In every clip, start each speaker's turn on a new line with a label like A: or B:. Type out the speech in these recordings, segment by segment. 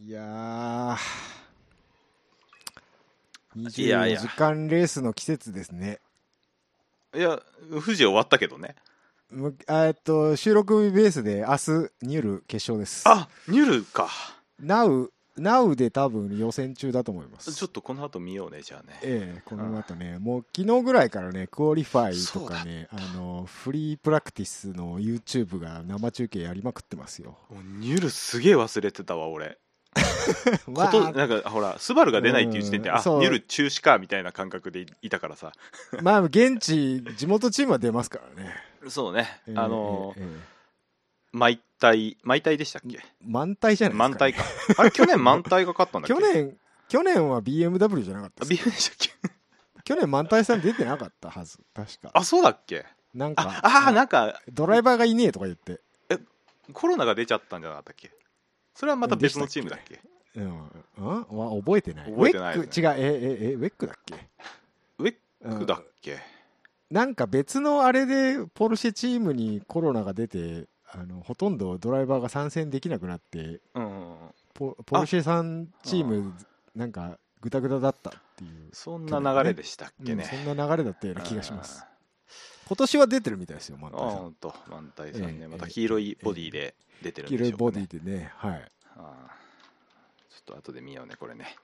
A: いやー、
B: いやい
A: 24
B: や
A: 時間レースの季節ですね。
B: いや、富士終わったけどね。
A: むあえっと収録日ベースで明日ニュール決勝です。
B: あ、ニュルか。
A: ナウ、ナウで多分予選中だと思いま
B: ちょ
A: す
B: っ。とこの後見ようね、じゃあね。
A: ええこの後ね、もう昨日ぐらいからね、クオリファイとかね、あのフリープラクティスの YouTube が生中継やりまくってます よ。
B: もうニュルすげえ忘れてたわ、俺。こ
A: わ
B: と、
A: ー
B: なんかほら、スバルが出ないっていう時点で、
A: うん
B: あ、ニ
A: そう
B: ュル中止か、みたいな感覚でいいたからさ。
A: まあ、現地、地元チームは出ますからね。
B: そうね
A: え。え
B: あの
A: え、えええ
B: 毎体、毎体でしたっけ
A: 満体じゃないですか、ね。
B: 満体か。あれ、 去年満体が勝ったんだっけ
A: 去年、去年は BMW じゃなかった
B: あ、
A: です
B: BM でしたっけ
A: 去年、満体さん出てなかったはず、確か。
B: あ、そうだっけ
A: なんか
B: あ、あー、なんか、
A: ドライバーがいねえとか言って、
B: コロナが出ちゃったんじゃなかったっけそれはまた別のチームだっけ
A: うん、うん、わ覚えてない。
B: 覚えてない
A: ウェック、違う、え、え、え、ウェックだっけ
B: ウェッ
A: う
B: ク
A: ん
B: だっけ
A: なんか別のあれで、ポルシェチームにコロナが出て、あのほとんどドライバーが参戦できなくなって、
B: うん。
A: ポポルシェさんチーム、なんか、ぐだぐだだったっていう。
B: そんな流れでしたっけ
A: うん
B: ね。
A: そんな流れだったような気がします。今年は出てるみたいですよ、満
B: あ
A: 体さ
B: ー。
A: ん。
B: ほんと、満体さん
A: ええ
B: ね、また黄色いボディで出てるん
A: 黄
B: で
A: 色
B: し
A: い
B: ょう
A: ボ
B: か
A: デ
B: ね
A: ィ。でね、はい。
B: あーちょっと後で見ようね、これね。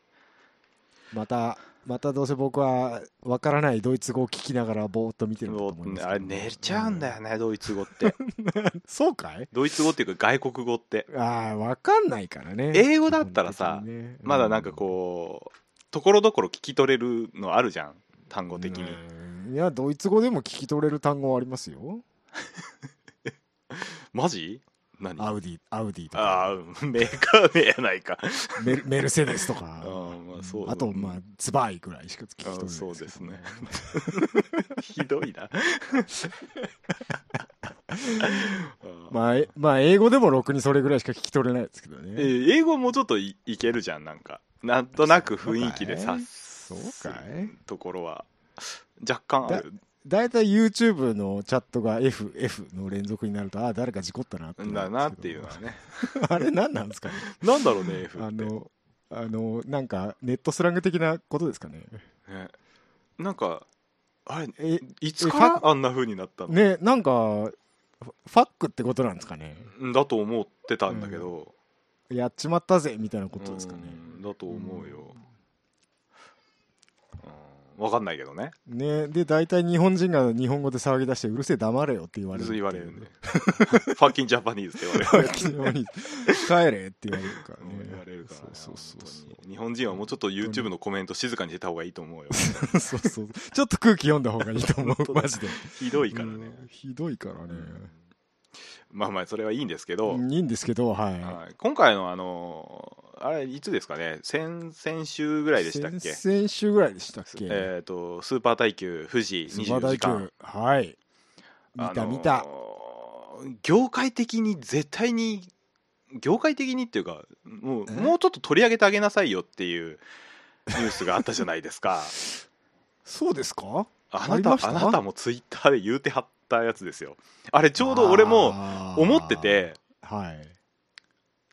A: また、またどうせ僕はわからないドイツ語を聞きながらぼーっと見てるんだと思いますけど。
B: あれ、寝ちゃうんだよね、ドイツ 語って。
A: うん。そうかい
B: ドイツ語っていうか、外国語って。
A: ああ、わかんないからね。
B: 英語だったらさ
A: 基本的にね
B: まだなんかこう、ところどころ聞き取れるのあるじゃん、単語的に。
A: うんいや、ドイツ語でも聞き取れる単語はありますよ。
B: マジ何
A: アウディ、アウディと
B: あ
A: か、
B: ーメーカー名やないか。
A: メルメルセデスと
B: あ
A: か、
B: ーまあそう
A: あと、まあ、ズバイぐらいしか聞き取れない
B: あ
A: ですけど
B: そうですね。ひどいな。 あ ー
A: まあ、えまあ、英語でもろくにそれぐらいしか聞き取れないですけどね。
B: えー英語もうちょっといいけるじゃん、なんか。なんとなく雰囲気でさ
A: そうかい
B: ところは若干ある。
A: だいたい YouTube のチャットが F、F の連続になると、ああ、誰か事故ったなって
B: だなっていうのはね。
A: あれ何なんですかね
B: なんだろ うね、F
A: あ
B: って。
A: の、あの、なんかネットスラング的なことですかね。
B: ねなんか、あれ、
A: え、
B: いつからあんな風になったの
A: ね、なんか、フファックってことなんですかね。
B: だと思ってたんだけど。
A: やっちまったぜみたいなことですかね。
B: うんだと思うよ。うんわかんないけどね。
A: ね、で、大体日本人が日本語で騒ぎ出して、うるせえ黙れよって言われるってい
B: 言
A: う。
B: われ るね。 ファッキンジャパニーズって言われる。
A: 非常に帰れって言われるからね。
B: 言われるからね
A: そうそうそう
B: 本当に日本人はもうちょっと YouTube のコメント静かにしてた方がいいと思うよ
A: そうそうちょっと空気読んだ方がいいと思
B: 本
A: う
B: 当だ
A: マジで
B: ひどいからね
A: うんひどいからね
B: まあまあそれはいいんですけど、
A: いいんですけどは
B: はい今回のあのーあれいつですかね先々週ぐらい
A: い
B: でしたっけ
A: 先々週ぐらいでしたっけ
B: えっ、とスーパー耐久富士
A: スーパー
B: 24時
A: 大
B: 間
A: 級はい見
B: あ
A: た
B: のー
A: 見た
B: 業界的に絶対に業界的にっていうかもう
A: え
B: もうちょっと取り上げてあげなさいよっていうニュースがあったじゃないですか
A: そうですか
B: あ
A: あ
B: な
A: り
B: た
A: ました
B: あなたもツイッターで言うてはったやつですよあれちょうど俺も思ってて
A: あーはい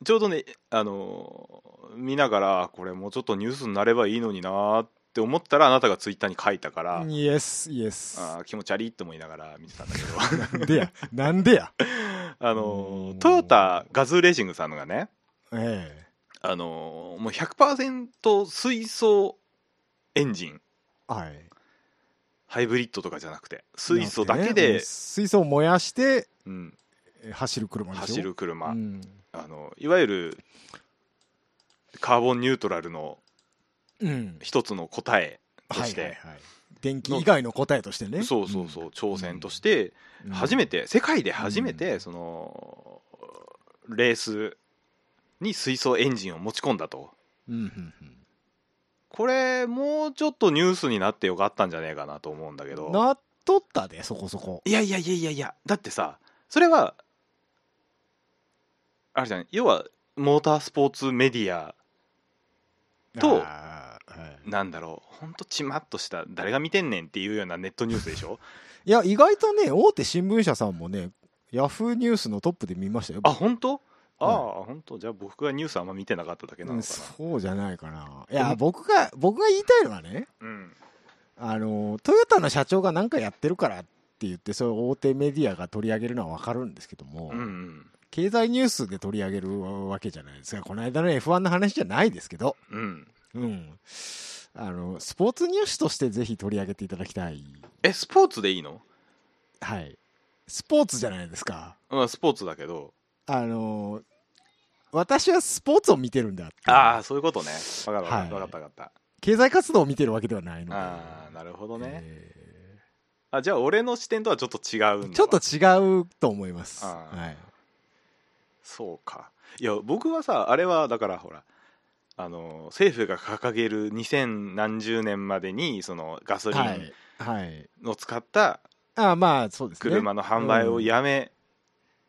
B: ちょうどねあのー見ながらこれもうちょっとニュースになればいいのになーって思ったらあなたがツイッターに書いたから、
A: イエスイエス
B: あー気持ち悪いって思いながら見てたんだけど
A: なんでやなんでや
B: あの
A: う
B: ー
A: ん
B: トヨタガズーレーシングさんがね
A: ええ
B: あのーもう100%水素エンジン
A: はい
B: ハイブリッドとかじゃなくて水素だけ
A: なんてね
B: で、
A: うん水素を燃やして
B: うん、
A: え走る車でしょ
B: 走る車、
A: うん
B: あのいわゆるカーボンニュートラルの
A: うん
B: 一つの答えとして、
A: はいはいはい、電気以外の答えとしてね
B: そうそうそう、
A: ん
B: 挑戦として
A: うん
B: 初めて、世界で初め
A: う
B: て
A: ん
B: そのレースに水素エンジンを持ち込んだと
A: うんうんうん
B: これもうちょっとニュースになってよかったんじゃねえかなと思うんだけど
A: なっとったでそこそこ
B: いやいやいやいやいやだってさそれはあれじゃん要はモータースポーツメディアと
A: あーはい
B: なんだろうほんとちまっとした誰が見てんねんっていうようなネットニュースでしょ
A: いや意外とね大手新聞社さんもねヤフーニュースのトップで見ましたよ
B: あ本当ああ、本当じゃあ僕がニュースあんま見てなかっただけな
A: うん
B: のか
A: そうじゃないかない
B: で
A: や
B: も
A: 僕が僕が言いたいのはね
B: な。うん。
A: あのトヨタの社長が何かやってるからって言ってそういう大手メディアが取り上げるのは分かるんですけども、
B: うんうん。
A: 経済ニュースで取り上げるわけじゃないですかこの間の F1 の話じゃないですけど、
B: うん。
A: うん、あのスポーツニュースとしてぜひ取り上げていただきたい、
B: え、スポーツでいいの
A: はい、スポーツじゃないですか
B: うん、スポーツだけど。
A: あの私はスポーツを見てるんだって
B: ああ、そういうことね。わかるわか
A: はい
B: るわかったわかった。
A: 経済活動を見てるわけではないので
B: ああ、なるほどね。
A: えー
B: あ、じゃあ俺の視点とはちょっと違うんだ。
A: ちょっと。違うと思います。
B: あー
A: はい。
B: そうか。いや、僕はさ、あれはだからほら、あの、政府が掲げる2000何十年までに、そのガソリ
A: は
B: ン
A: い。はい。
B: の使った
A: あーまあ、そうですね。
B: 車の販売をやめ、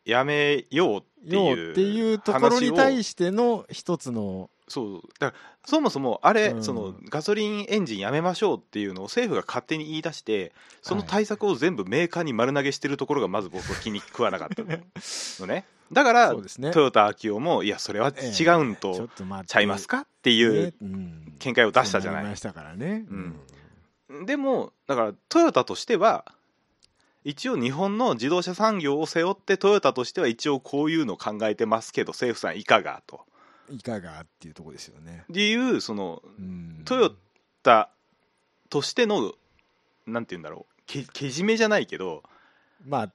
B: やめようって
A: よ
B: いう
A: うっていうところに
B: 話を
A: 対しての一つの、
B: そうだからそもそもあれ、
A: うん
B: そのガソリンエンジンやめましょうっていうのを政府が勝手に言い出してその対策を全部メーカーに丸投げしてるところがまず僕は気に食わなかったの ねだから、
A: そうですね。
B: トヨタ秋夫もいやそれは違うん
A: ちょっ
B: と
A: と待って
B: ちゃいますかっていう
A: ねうん
B: 見解を出したじゃな
A: そうり
B: い
A: ましたからね。
B: うん
A: うん
B: でもだからトヨタとしては一応日本の自動車産業を背負ってトヨタとしては一応こういうの考えてますけど政府さんいかがと
A: いかがっていうところですよね。
B: いうその
A: うん
B: トヨタとしてのなんて言うんだろうけけじめじゃないけど、
A: まあ、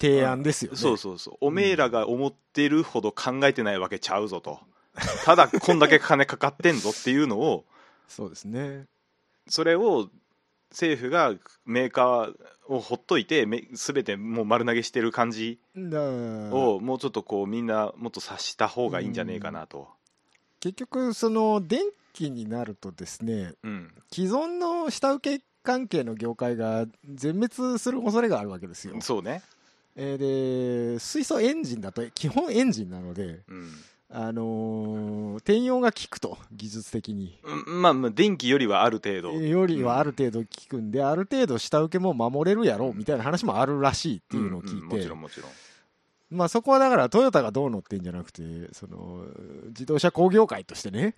A: 提案ですよね。
B: そうそうそうおめえらが思ってるほど考えてないわけちゃうぞと、ただこんだけ金かかってんぞっていうのを
A: そうですね。
B: それを政府がメーカーをほっといてめ全てもう丸投げしてる感じ
A: だから
B: をもうちょっとこうみんなもっと察した方がいいんじゃねえかなと、
A: 結局、その、電気になるとですね、
B: うん、
A: 既存の下請け関係の業界が全滅する恐れがあるわけですよ。
B: そうね、
A: えーで水素エンジンだと基本エンジンなので、
B: うん
A: あのー転用が効くと技術的に
B: うんまあまあ電気よりはある程度
A: よりはある程度効くんで、ある程度下請けも守れるやろうみたいな話もあるらしいっていうのを聞いて、
B: んんもちろんもちろん
A: まあ、そこはだからトヨタがどうのってんじゃなくてその自動車工業界としてね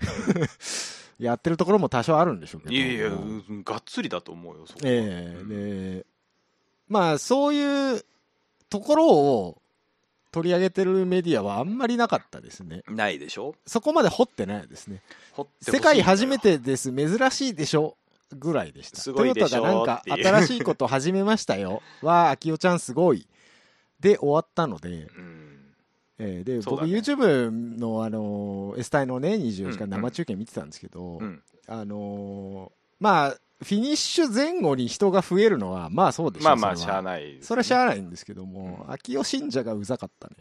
A: やってるところも多少あるんでしょうけど
B: いやいや、うんがっつりだと思うよ、そこは
A: ええ
B: うん
A: でまあそういうところを取り上げてるメディアはあんまりなかったですね
B: ないでしょ
A: そこまで掘ってないですね
B: 掘ってほ
A: 世
B: しいんだよ
A: 界初めてです珍しいでしょぐらいでした
B: すごいでしょ
A: トヨタがなんか
B: っていう
A: 新しいこと始めました よわあ秋代ちゃんすごいで終わったので、
B: うん
A: えーで、
B: そう
A: 僕
B: だね
A: YouTube の、あのー S 隊のね24時
B: う
A: 間
B: んうん
A: 生中継見てたんですけど、
B: うん
A: あのーまあフィニッシュ前後に人が増えるのはまあそうでしょ
B: まあまあ
A: そ
B: し
A: れは
B: ゃあないですね
A: それはしゃあないんですけども、
B: うん
A: 秋代信者がうざかったね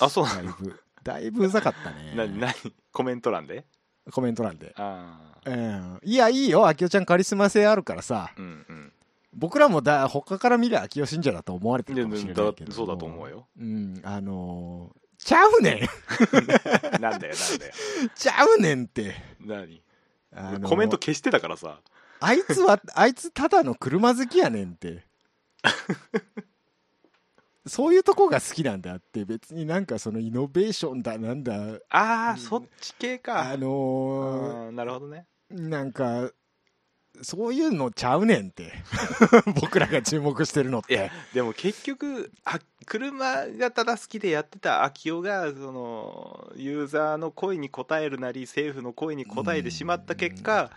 B: あそう
A: だいぶだいぶうざかったね
B: なの な何コメント欄で
A: コメント欄で、
B: ああ
A: うん、いやいいよ秋代ちゃんカリスマ性あるからさ
B: うん
A: 僕らもだ他から見りゃ秋代信者だと思われ
B: う
A: て
B: ん
A: る
B: で
A: かも
B: で
A: しれ
B: だ
A: ないけど
B: そうだと思うよ
A: うんあのーちゃうねん
B: なんだよなんだよ
A: ちゃうねん って、
B: 何
A: あのー
B: コメント消してたからさ
A: あいつは、あいつただの車好きやねんっ て。そういうとこが好きなんだって、別になんかそのイノベーションだなんだ、
B: あ
A: うん
B: あそっち系か
A: あの
B: あーなるほどね
A: ーなんか、そういうのちゃうねんって。 僕らが注目してるのっ
B: いや
A: て。
B: でも結局あ車がただ好きでやってた秋代がそのユーザーの声に応えるなり政府の声に応えてしまった結果、
A: うん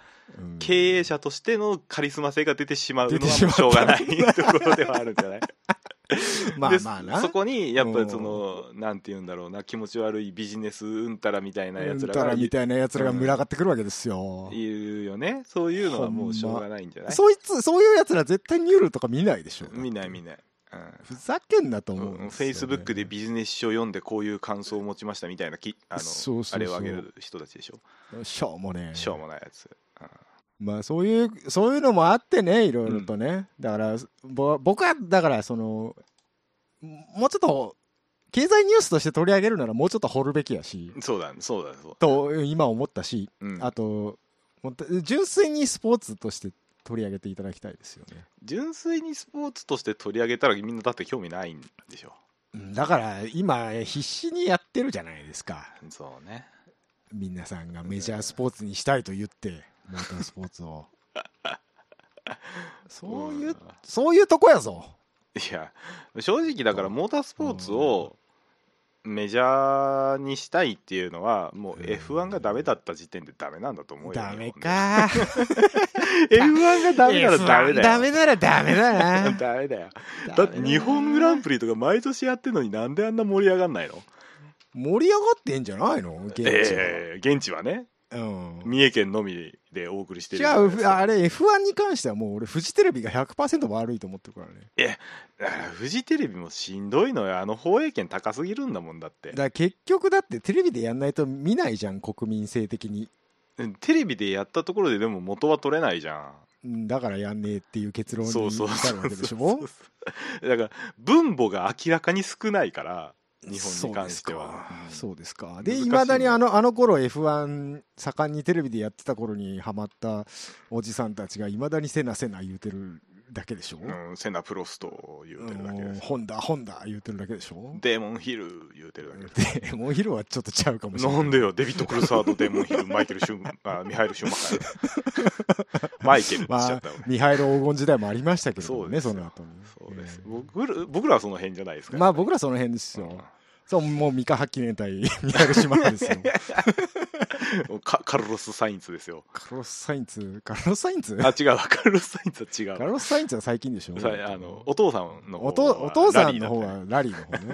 B: 経営者としてのカリスマ性が出てしまう
A: 出
B: の
A: て
B: は
A: し
B: も
A: ま
B: う
A: っ
B: したょうがないところではあるんじゃない
A: まあまあ
B: で
A: な。
B: そこにやっぱりそのなんて言うんだろうな気持ち悪いビジネスうんたらみたいなや
A: うん
B: つら
A: た
B: が
A: らみ
B: い
A: たいな奴らが群がってくるわけですよ。
B: るよねそういうのはもうしょうがないんじゃない、
A: そいつ、そういう奴ら絶対ニュールとか見ないでしょ。
B: 見ない見ない、うん
A: ふざけんなと
B: フ
A: 思うんですよ
B: ェイスブックでビジネス書を読んでこういう感想を持ちましたみたいなきあの
A: そうそうそう
B: あれをあげる人たちでしょ
A: しょうもねえ
B: しょうもないやつ、う
A: まあそういうそういうのもあってねいろいろとね、だからぼ僕はだからそのもうちょっと経済ニュースとして取り上げるならもうちょっと掘るべきやし
B: んそうだそうだそうだ、
A: と今思ったし、
B: うん
A: あともっと純粋にスポーツとして取り上げていただきたいですよね
B: 純粋にスポーツとして取り上げたらみんなだって興味ないんでしょ
A: うんだから今必死にやってるじゃないですか
B: そうね
A: みんなさんがメジャースポーツにしたいと言ってモータースポーツをそういうんそういうとこやぞ
B: いや正直だからモータースポーツをメジャーにしたいっていうのはもう F1 がダメだった時点でダメなんだと思うよ
A: ダメか
B: F1 がダメならダメだ
A: F1
B: よ
A: ダメならダメだな
B: ダメだよ だって日本グランプリとか毎年やってるのになんであんな盛り上がんないの
A: 盛り上がってんじゃないの現地は、
B: ええ現地はね
A: うん
B: 三重県のみでお送りしてる
A: 違うふあれ F1 に関してはもう俺フジテレビが100%悪いと思ってるからね
B: だからフジテレビもしんどいのよあの放映権高すぎるんだもんだっ
A: だ
B: て
A: から結局だってテレビでやんないと見ないじゃん国民性的に
B: テレビでやったところででも元は取れないじゃ
A: うんだからやんねえっていう結
B: ん
A: 論に
B: そうそう
A: 至
B: そ
A: る
B: う
A: わけでし
B: そ
A: ょ
B: うそうだから分母が明らかに少ないから日本に関しては
A: そうですかそう
B: 難
A: ですかで
B: しい
A: い
B: ね
A: まだにあのあの頃 F1 盛んにテレビでやってた頃にハマったおじさんたちがいまだにせなせな言うてるだけでしょ、
B: うん、セナプロスト言うてるだけ
A: う
B: で
A: ん
B: す
A: ホンダホンダ言うてるだけでしょ
B: デーモンヒル言うてるだけです
A: でもう昼はちょっとちゃうかもしれない
B: なんでよ、デビッド・クルサード、デーモン・ヒル、マイケル・シュン、あミハイル・シューマッカ ー。マイケルって言っちゃ
A: ま
B: っ
A: あ
B: たわ、、
A: ミハイル黄金時代もありましたけどね、
B: そ
A: そう
B: ですよ
A: の後も。
B: そうです
A: え。え
B: 僕ら僕らはその辺じゃないですか
A: ま
B: ら
A: あ
B: ね、
A: 僕らその辺ですよ。そう、もうミカハ記念隊、ミハイル島です よ。
B: うんカカルロス・サインツですよ。
A: カロス・サインツ、カロス・サインツ
B: あ、違うわ、カルロス・サインツは違
A: カ
B: うわ。
A: ロス・サインツは最近でしょ
B: さあのお父さんの
A: お
B: 方は
A: とお父さ
B: ラ
A: ん
B: リーだ
A: の
B: った
A: 方
B: ね
A: はラリーの方ね。
B: はい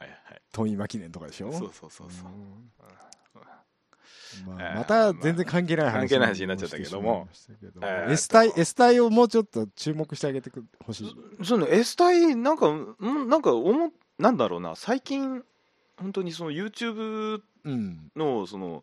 B: はい
A: トミマ記念とかでしょ
B: そうそうそうそう。
A: んま
B: えー
A: あ、また全然関係ない話
B: 関係ない話になっちゃったけども
A: してしまいましたけ
B: えーっ
A: ど
B: と
A: S 隊 S 隊をもうちょっと注目してあげてくほしい
B: その S 体なんかうんなんか思っなんだろうな最近本当にその YouTube
A: うん
B: のその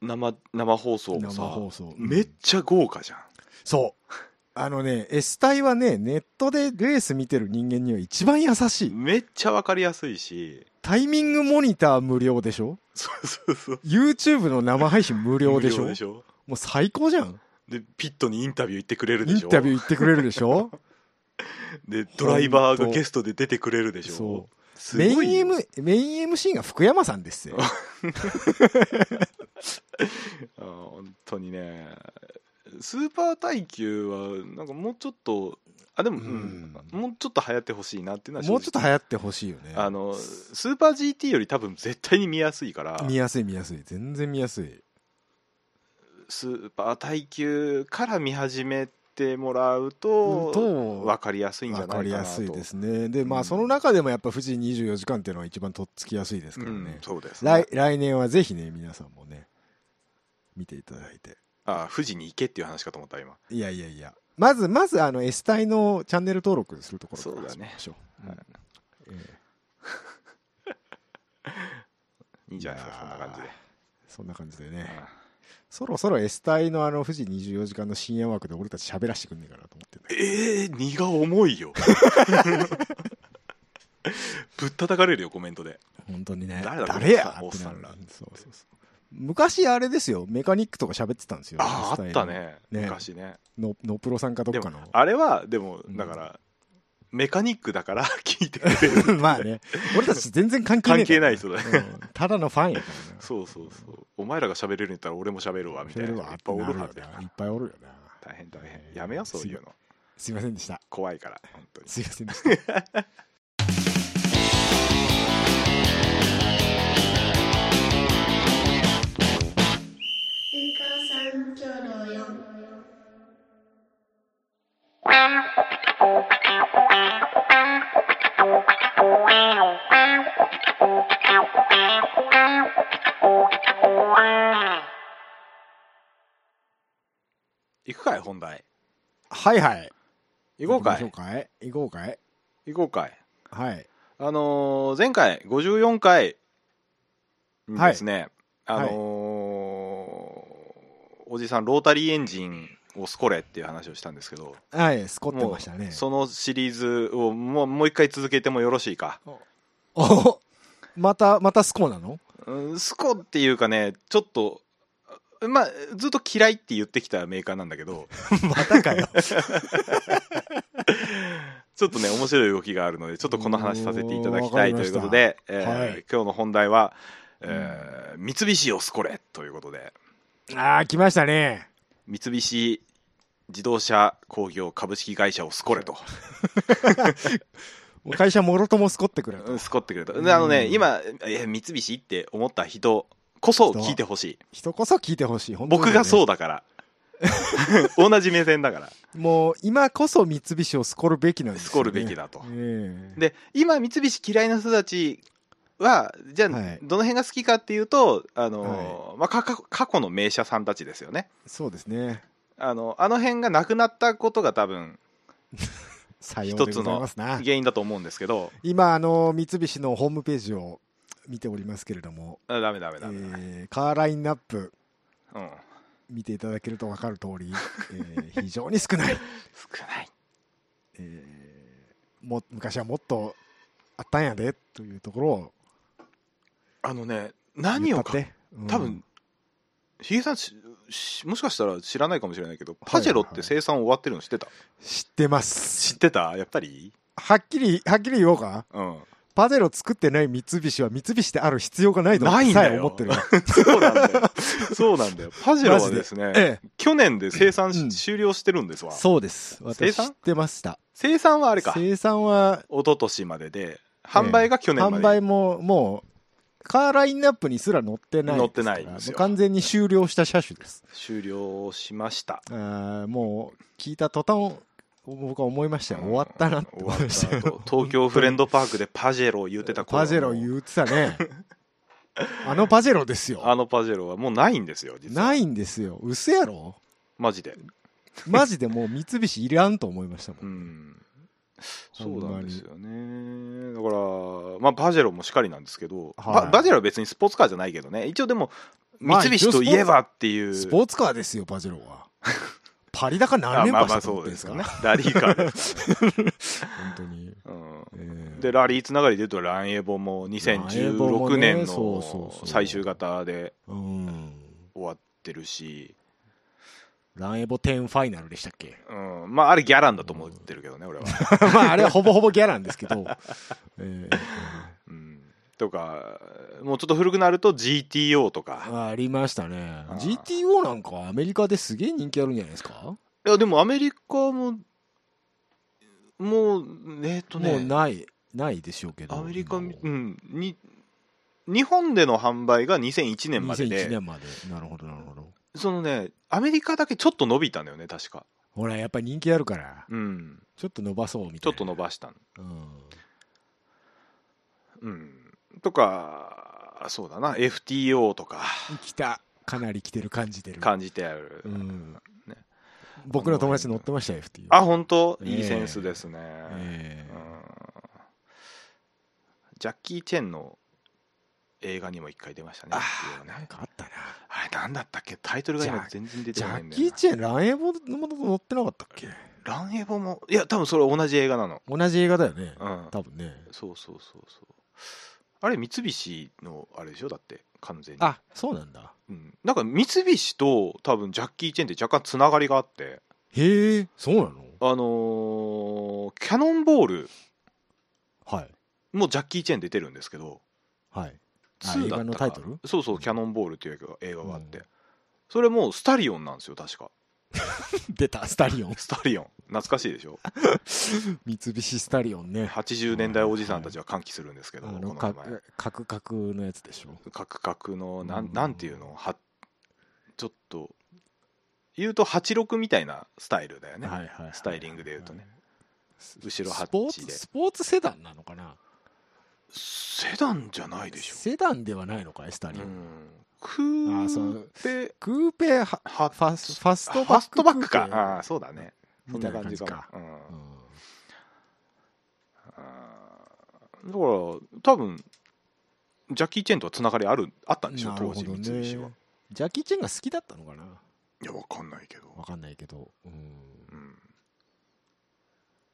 B: 生生放送
A: 生
B: もさ
A: 放送
B: めっちゃ豪華じゃん
A: そう。 あのね、S 隊はね、ネットでレース見てる人間には一番優しい。
B: めっちゃわかりやすいし
A: タイミングモニター無料でしょ
B: そうそうそう
A: ?YouTube の生配信無料でしょ
B: 無でしょ
A: もう最高じゃん。
B: でピットにインタビュー行ってくれる
A: イ
B: でしょ
A: ンタビュー行ってくれるでし ょ
B: でドライバー
A: ほ
B: が
A: んと
B: ゲストで出てくれるでしょ
A: そう
B: す
A: メイ
B: ご
A: ン
B: いよ
A: M、メイン MC が福山さん ですよ。
B: あー本当にねスーパー耐久はなんかもうちょっとあでも、うん
A: うん
B: もうちょっと流行ってほしいなっていうのは正直
A: もうちょっと流行ってほしいよね。
B: あのスーパー GT より多分絶対に見やすいから
A: 見やすい見やすい。全然見やすい。
B: スーパー耐久から見始めてもらうと、
A: と
B: 分かりやすいんじゃ
A: わ
B: な
A: か
B: いか
A: り
B: なと
A: やすいですね。で、ま
B: うん
A: あその中でもやっぱ富士24時間っていうのは一番とっつきやすいですからね。
B: うん、そうです、
A: 来来年はぜひね皆さんもね見ていただいて
B: あ富士に行けっていう話かと思った今
A: いやいやいやまずまずあの S 隊のチャンネル登録するところから
B: そうだね
A: しましょう、
B: はい
A: うんええ
B: いいんじゃないですかそんな感じで
A: そんな感じでねそろそろ S 隊のあの富士24時間の深夜枠で俺たち喋らせてくんねえかなと思ってんだけ
B: ええー、荷が重 いよぶったたかれるよコメントで
A: ど本当にね
B: 誰だ
A: や
B: このおっさん
A: ってなる
B: おっ
A: そうそうそう昔あれですよメカニックとか喋ってたんですよ
B: あ
A: S
B: ああ
A: 隊
B: っ
A: の
B: たね
A: ね
B: 昔ね
A: ののプロさんかどっ
B: で
A: か
B: も
A: の
B: あれはでも
A: うん
B: だから、メカニックだから 聞いてくれる
A: まあね俺たち全然関係ねえから
B: 関係ない人
A: うんただのファンやからね
B: そうそうそうお前らが喋れるんだったら俺も喋るわみたいないっ
A: っ
B: ぱ
A: ぱ
B: い
A: い
B: お
A: お
B: る
A: る
B: は
A: よ
B: ずだよ
A: な。いっぱいおるよな。
B: 大変大変やめようそういうの
A: すいませんでした。
B: 怖いから本当に
A: すいません でした。
C: 文化三協路四。
B: 行くかい本題
A: はいはい。
B: 行こうか
A: 行
B: い
A: こうかい。行こうかい。
B: 行こうかい
A: はい。
B: あのー前回54回にですね、あのーおじさんロータリーエンジンをスコレっていう話をしたんですけど
A: はい、スコって
B: も
A: ましたね
B: う。そのシリーズをもうもう一回続けてもよろしいか、
A: おまた、またスコな の
B: うん、スコっていうかねちょっとまあずっと嫌いって言ってきたメーカーなんだけど
A: またかよ。
B: ちょっとね、面白い動きがあるので、ちょっとこの話させていただきた
A: おーわかり
B: いと
A: ま
B: い
A: し
B: う
A: た
B: ことで、えー
A: はい
B: 今日の本題は、えー三菱オスコレということで、
A: ああ、来ましたね。
B: 三菱自動車工業株式会社オスコレと、
A: もう会社もろともすこってくれと
B: うんスコってくれと。であのね、
A: うん
B: 今、えー三菱って思った人こそ聞いてほしい。
A: 人こそ聞いてほしい。本当にね
B: 僕がそう だから。同じ目線だから。
A: もう今こそ三菱をすこるべきなんですよ、ね。
B: スコるべきだと。
A: ええ
B: で今三菱嫌いな人たちはじゃあ、
A: はい
B: どの辺が好きかっていうとあの、まあ、かか過去の名車さんたちですよね
A: そうですね。
B: あのあの辺がなくなったことが多分
A: さようでございますな。
B: 原因だと思うんですけど
A: 今、あの、三菱のホームページを見ておりますけれども、
B: あダメダメ
A: え
B: ダメ、
A: ーカーラインナップ
B: うん、
A: 見ていただけると分かる通り、えー非常に少ない。
B: 少ない
A: えーも昔はもっとあったんやでというところを
B: あのね何
A: 言
B: を
A: った
B: か
A: って、うん
B: 多分ヒゲさんししもしかしたら知らないかもしれないけどパジェロって生産終わってるの知ってた、
A: 知ってま
B: 知
A: す
B: ってたやっぱり
A: はっきりはっきり言おうか
B: うん
A: パゼロ作ってない三菱は三菱である必要がないと
B: ないん
A: さ
B: だ
A: え
B: よ
A: 思ってるわ
B: そうなんだよそうなんだよパジェロはですね
A: ええ
B: 去年で生産し、
A: うん
B: 終了してるんですわ
A: そうです
B: 生
A: 私知
B: 産
A: ってました
B: 生産はあれか一
A: 生産は
B: 昨年までで販売が去年まで、
A: 販売ももうカーラインナップにすら載ってない
B: 載ってな
A: です
B: い
A: から
B: んですよ
A: もう完全に終了した車種です
B: 終了し ました
A: あーもう聞いた途端僕は思いましたよ終わったなって
B: 終
A: 思
B: わっ
A: いました
B: た
A: よ
B: 後東京フレンドパークでパジェロ言ってた 頃
A: パジェロ
B: う
A: 言ってた ねあのパジェロですよ
B: あのパジェロはもうないんですよ実は
A: ないんですよ嘘やろ
B: マジで
A: マジでもう三菱いらんと思いましたもん、
B: うん
A: ほ
B: そ
A: んまに
B: うなんですよねだからまあパジェロもしかりなんですけ
A: はい
B: ど、パパジェロは別にスポーツカーじゃないけどね一応でも
A: まあ
B: 三菱とい えばっていう、
A: スポーツカーですよパジェロ はパリ高何連
B: まあ
A: 覇
B: ま
A: したと
B: あそ
A: 思っ
B: う
A: てん
B: ですす
A: か
B: よ
A: ね
B: ねラリーカ ーです、
A: 本当に、
B: うん
A: えー
B: でラリーつながりで言うとランエボも2016年
A: ランエボもねそうそう
B: の
A: そう
B: 最終型で
A: うん
B: 終わってるし、
A: ランエボ10ファイナルでしたっけ
B: うん、まああれギャランだと思ってるけどね俺は、
A: まああれはほぼほぼギャランですけど、えー
B: うん、とかもうちょっと古くなると GTO とか
A: ありましたね
B: あー
A: GTO なんかアメリカですげえ人気あるんじゃないですか、
B: いやでもアメリカももうえっと
A: もう
B: ね
A: ないないでしょうけど
B: アメリカ、う
A: 今
B: ん、に日本での販売が2001年まで
A: 2001
B: で
A: 年までなるほどなるほど
B: そのねアメリカだけちょっと伸びたんだよね確か
A: ほらやっぱり人気あるから
B: うん
A: ちょっと伸ばそうみ
B: ち
A: たい
B: ょっ
A: な
B: と伸ばしたん
A: うん
B: うん、とかそうだな FTO とか
A: 来たかなり来てる感じてる、
B: 感じてある、
A: うん
B: ね
A: 僕の友達乗ってましたよ FT
B: あ本当
A: ええ
B: いいセンスですね、
A: ええ
B: うんジャッキー・チェンの映画にも一回出ましたね
A: あ
B: FTO
A: ー
B: ね
A: なんかあったな
B: あれなんだったっけタイトルが今全然出て
A: ジ
B: こな
A: ャ
B: いん
A: ッ
B: だ
A: キ
B: よ
A: ー・
B: な
A: チェンランエボのもと乗ってなかったっけ
B: ランエボもいや多分それ同じ映画なの
A: 同じ映画だよね
B: うん
A: 多分ね
B: そうそうそうそうあれ三菱のあれでしょだって完全に
A: あそうなんだ
B: うん、なんか三菱と多分ジャッキー・チェンって若干つながりがあって
A: へえそうなの
B: あのーキャノンボール
A: はい
B: もジャッキー・チェン出てるんですけど
A: はい あ
B: 2
A: 映
B: だ
A: 画
B: ったか
A: のタイトル
B: そうそううん「キャノンボール」っていう映画映画があって、
A: うん
B: それもうスタリオンなんですよ確 か
A: 出たスタリオン
B: スタリオン懐かしいでしょ
A: 三菱スタリオンね
B: 80年代おじさんたちは歓喜するんですけ
A: あ
B: ど、
A: の
B: この
A: か
B: 名前
A: カクカクのやつでしょ
B: カクカクのな
A: うんん
B: なんていうのはちょっと言うと86みたいなスタイルだよね、
A: はいはいはい
B: スタイリングで言うとね、後ろ
A: ス
B: ハ
A: ポ
B: ッ
A: ー
B: チ
A: ツ
B: で
A: スポーツセダンなのかな
B: セダンじゃないでしょ、
A: セダンではないのかいスタ
B: う
A: リオン
B: ん、クーペ
A: クーペは
B: ハッ
A: ファスファストバック
B: ファストバック
A: クーペ
B: かああそうだねそ
A: み
B: ん
A: た
B: ない
A: な感
B: 感
A: じ
B: じ
A: か
B: かも
A: うん
B: うんうんだから多分ジャッキー・チェンとはつながりあるあったんでしょ
A: なる
B: 当
A: ほ
B: 時
A: ど
B: 三
A: ね
B: 菱は、
A: ジャッキー・チェンが好きだったのかない
B: やわかんないけど、
A: わかんないけど、うん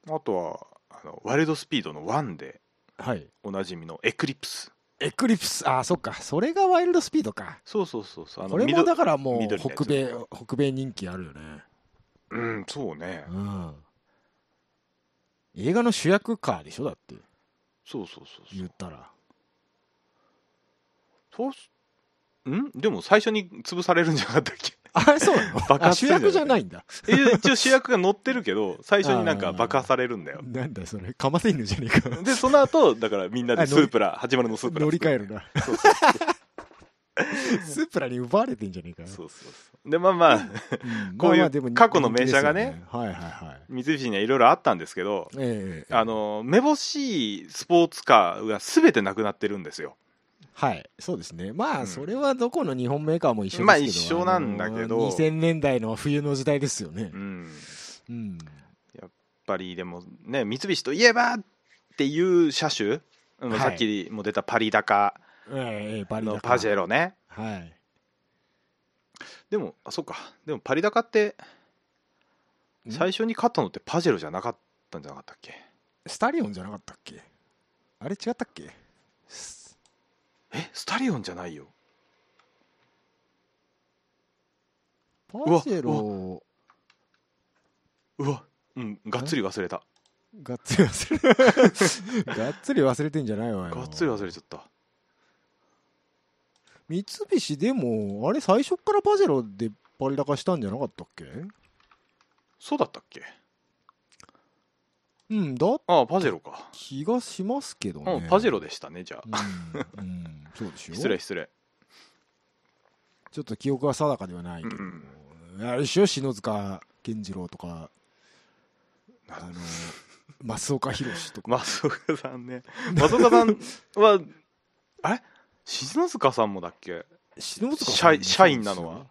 B: うん、あとはあのワイルドスピードの1で
A: はい
B: おなじみのエクリプス
A: エクリプスああそっかそれがワイルドスピードか
B: そうそうそうそうあ
A: これ
B: ミ
A: も
B: ド
A: だからもう
B: 緑のやつ
A: 北米北米人気あるよね
B: うんそうね
A: うん映画の主役かでしょだって
B: そうそうそうそう
A: 言った ら
B: そうすんでも最初に潰されるんじゃなかったっけ
A: あれそうなの
B: 爆
A: あ
B: 発
A: 主
B: するん
A: 役
B: じ
A: じ
B: ゃ
A: ゃ
B: な
A: ないいんだ
B: え一応主役が乗ってるけど最初になんか爆破されるんだよ
A: なんだよそれかませ犬じゃねえか
B: でその後だからみんなで
A: あ
B: ス
A: 乗り
B: ープラ始まるのスープラ
A: 乗り換えるな
B: そうそうそう
A: スープラに奪われてんじゃねえか
B: そうそうそうでまあまあ
A: うん
B: こ
A: ま
B: ういう
A: あまあでも
B: 過去の名車が
A: 人気
B: ね
A: ですよはいはいはい
B: 三菱にはいろいろあったんですけど
A: ええ
B: あのめぼしいスポーツカーが全てなくなってるんですよ
A: はいそうですねまあ、
B: うん
A: それはどこの日本メーカーも一緒ですけど
B: まあ一緒なんだけど
A: あの2000年代の冬の時代ですよね
B: うん
A: うん、
B: やっぱりでもね三菱といえばっていう車種、あの
A: はい
B: さっきも出たパリ高
A: ええパリ
B: のパジェ
A: ロ
B: ロね
A: はい
B: でもあそっかでもパリ高って最初に買ったのってパジェロじゃなかったんじゃなかったっけ
A: スタリオンじゃなかったっけあれ違ったっけス
B: えスタリオンじゃないよ
A: パ
B: わ
A: ジェロ
B: うわうんがっつり忘れた
A: がっつり忘れ がっつり忘れてんじゃないわよ
B: がっつり忘れちゃった
A: 三菱でもあれ最初っからパジェロでパリ高したんじゃなかったっけ
B: そうだったっけ
A: うんだ
B: ああパジェロか、
A: 気がしますけど
B: うん
A: ね
B: パジェロでしたねじゃあ
A: うん、うん、そうでしょ
B: 失礼失礼
A: ちょっと記憶は定かではないけど、
B: うん
A: あれでしょ篠塚健次郎とかあの増岡宏とか
B: 松岡さんね 松岡さんはあれ篠塚さんもだっけ
A: 篠塚
B: 社員
A: も
B: 社員なのは
A: そうですよ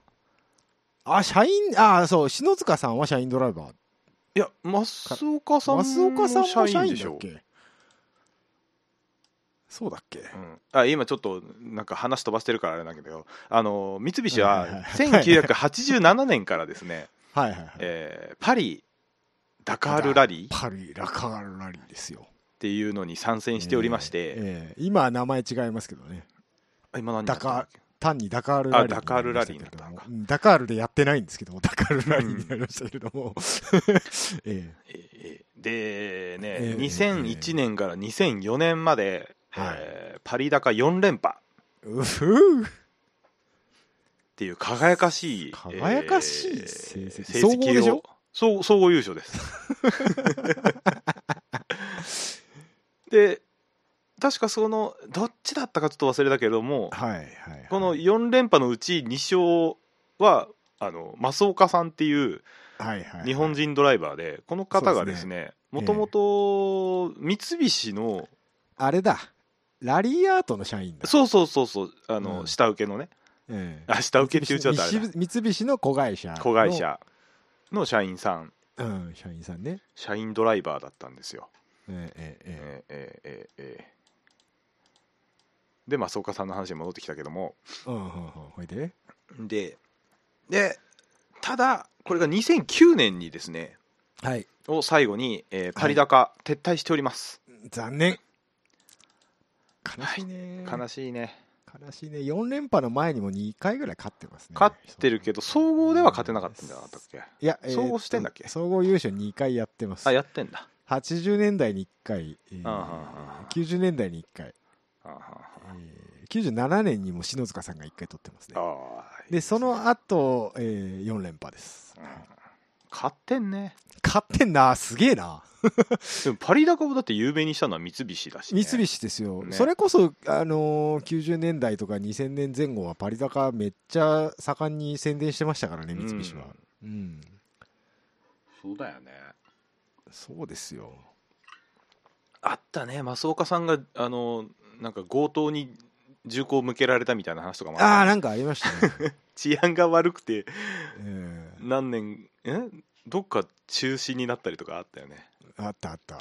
A: あ社員あそう篠塚さんは社員ドライバー
B: いや松岡さんも
A: 増岡さんも
B: 社
A: 社
B: 員
A: 員
B: でし
A: だっ
B: ょ
A: けそうだっけ
B: うんあ今ちょっとなんか話飛ばしてるからあれなんだけどあの三菱
A: はいはい
B: は
A: はい
B: 1987年からですね、
A: はいはいはい
B: えーパリダカールラリーっ
A: パリラカールラリーですよ
B: ていうのに参戦しておりまして、
A: ええええ今は名前違いますけどね
B: あ今何だったんだっけ
A: 単にダカールラリー
B: あダカールラリー
A: に
B: に
A: な
B: な
A: っ
B: った
A: け
B: た
A: れども
B: のか
A: うんダカールでやってないんですけどもダカールラリーになりましたけれども、 え
B: えーでね、
A: えー
B: 2001年から2004年まで、
A: はい
B: えーパリ高4連覇っ
A: えうふう
B: ていう輝かしい
A: 輝かしい成績
B: 成
A: 総合でし
B: 績
A: ょ
B: を総総合優勝です で確かそのどっちだったかちょっと忘れたけども
A: はいはいはい、
B: この4連覇のうち2勝はあの増岡さんっていう
A: はいはい
B: 日本人ドライバーでこの方がですねもともと三菱の
A: あれだラリーアートの社員だ
B: そうそうそうそうあの、
A: うん
B: 下請けのね
A: ええ
B: あ下請けって言っちゃったあれだ
A: 三菱三菱の子会社の
B: 子会社の社員さん
A: うん社員さんね
B: 社員ドライバーだったんですよ、
A: えええええ
B: えーえーえーえーで松岡さんの話に戻ってきたけども
A: えうんうんうんほいで
B: ででただこれが2009年にですね
A: はい
B: を最後に、えーパリ高、撤退しております
A: 残念悲しいね、
B: 悲しいね
A: 悲しいね4連覇の前にも2回ぐらい勝ってますね
B: 勝ってるけど総合では勝てなかったんじゃなかったっけ
A: いや、
B: 総合してんだっけ
A: えーと総合優勝2回やってます
B: あやってんだ
A: 80年代に1回、えー
B: あはは
A: 90年代に1回、
B: あーは
A: えー97年にも篠塚さんが1回取ってますね
B: ーはー
A: でその後、えー4連覇です、
B: うん勝ってんね
A: 勝ってんなすげえな
B: でもパリ高をだって有名にしたのは三菱だし、ね、
A: 三菱ですよ、
B: ね
A: それこそ、あのー90年代とか2000年前後はパリ高めっちゃ盛んに宣伝してましたからね三菱はうん、
B: そうだよね
A: そうですよ
B: あったね増岡さんがあのなんか強盗に銃口を向けられたみたいな話とかも
A: ああ
B: あった
A: なんかありました ね、
B: 治安が悪くて
A: えー
B: 何年えどっか中止になったりとかあったよね
A: あったあった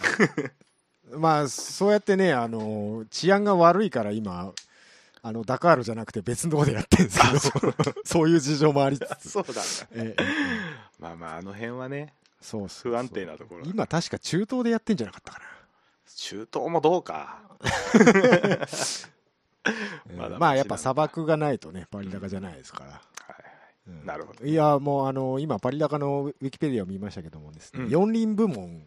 A: まあそうやってねあの治安が悪いから今あのダカールじゃなくて別のとこでやってるんですけどそういう事情もありつつ
B: そうだ
A: ええええ
B: まあまああの辺はね
A: そうそうそう
B: 不安定なところ
A: 今確か中東でやってんじゃなかったか
B: 中東もどうか
A: な、
B: まだ
A: え
B: マシなんだ
A: えまあやっぱ砂漠がないとねパリ高じゃないですから、うん
B: なるほど
A: いやもうあの今パリ高のウィキペディアを見ましたけどもですね、
B: うん
A: 四輪部門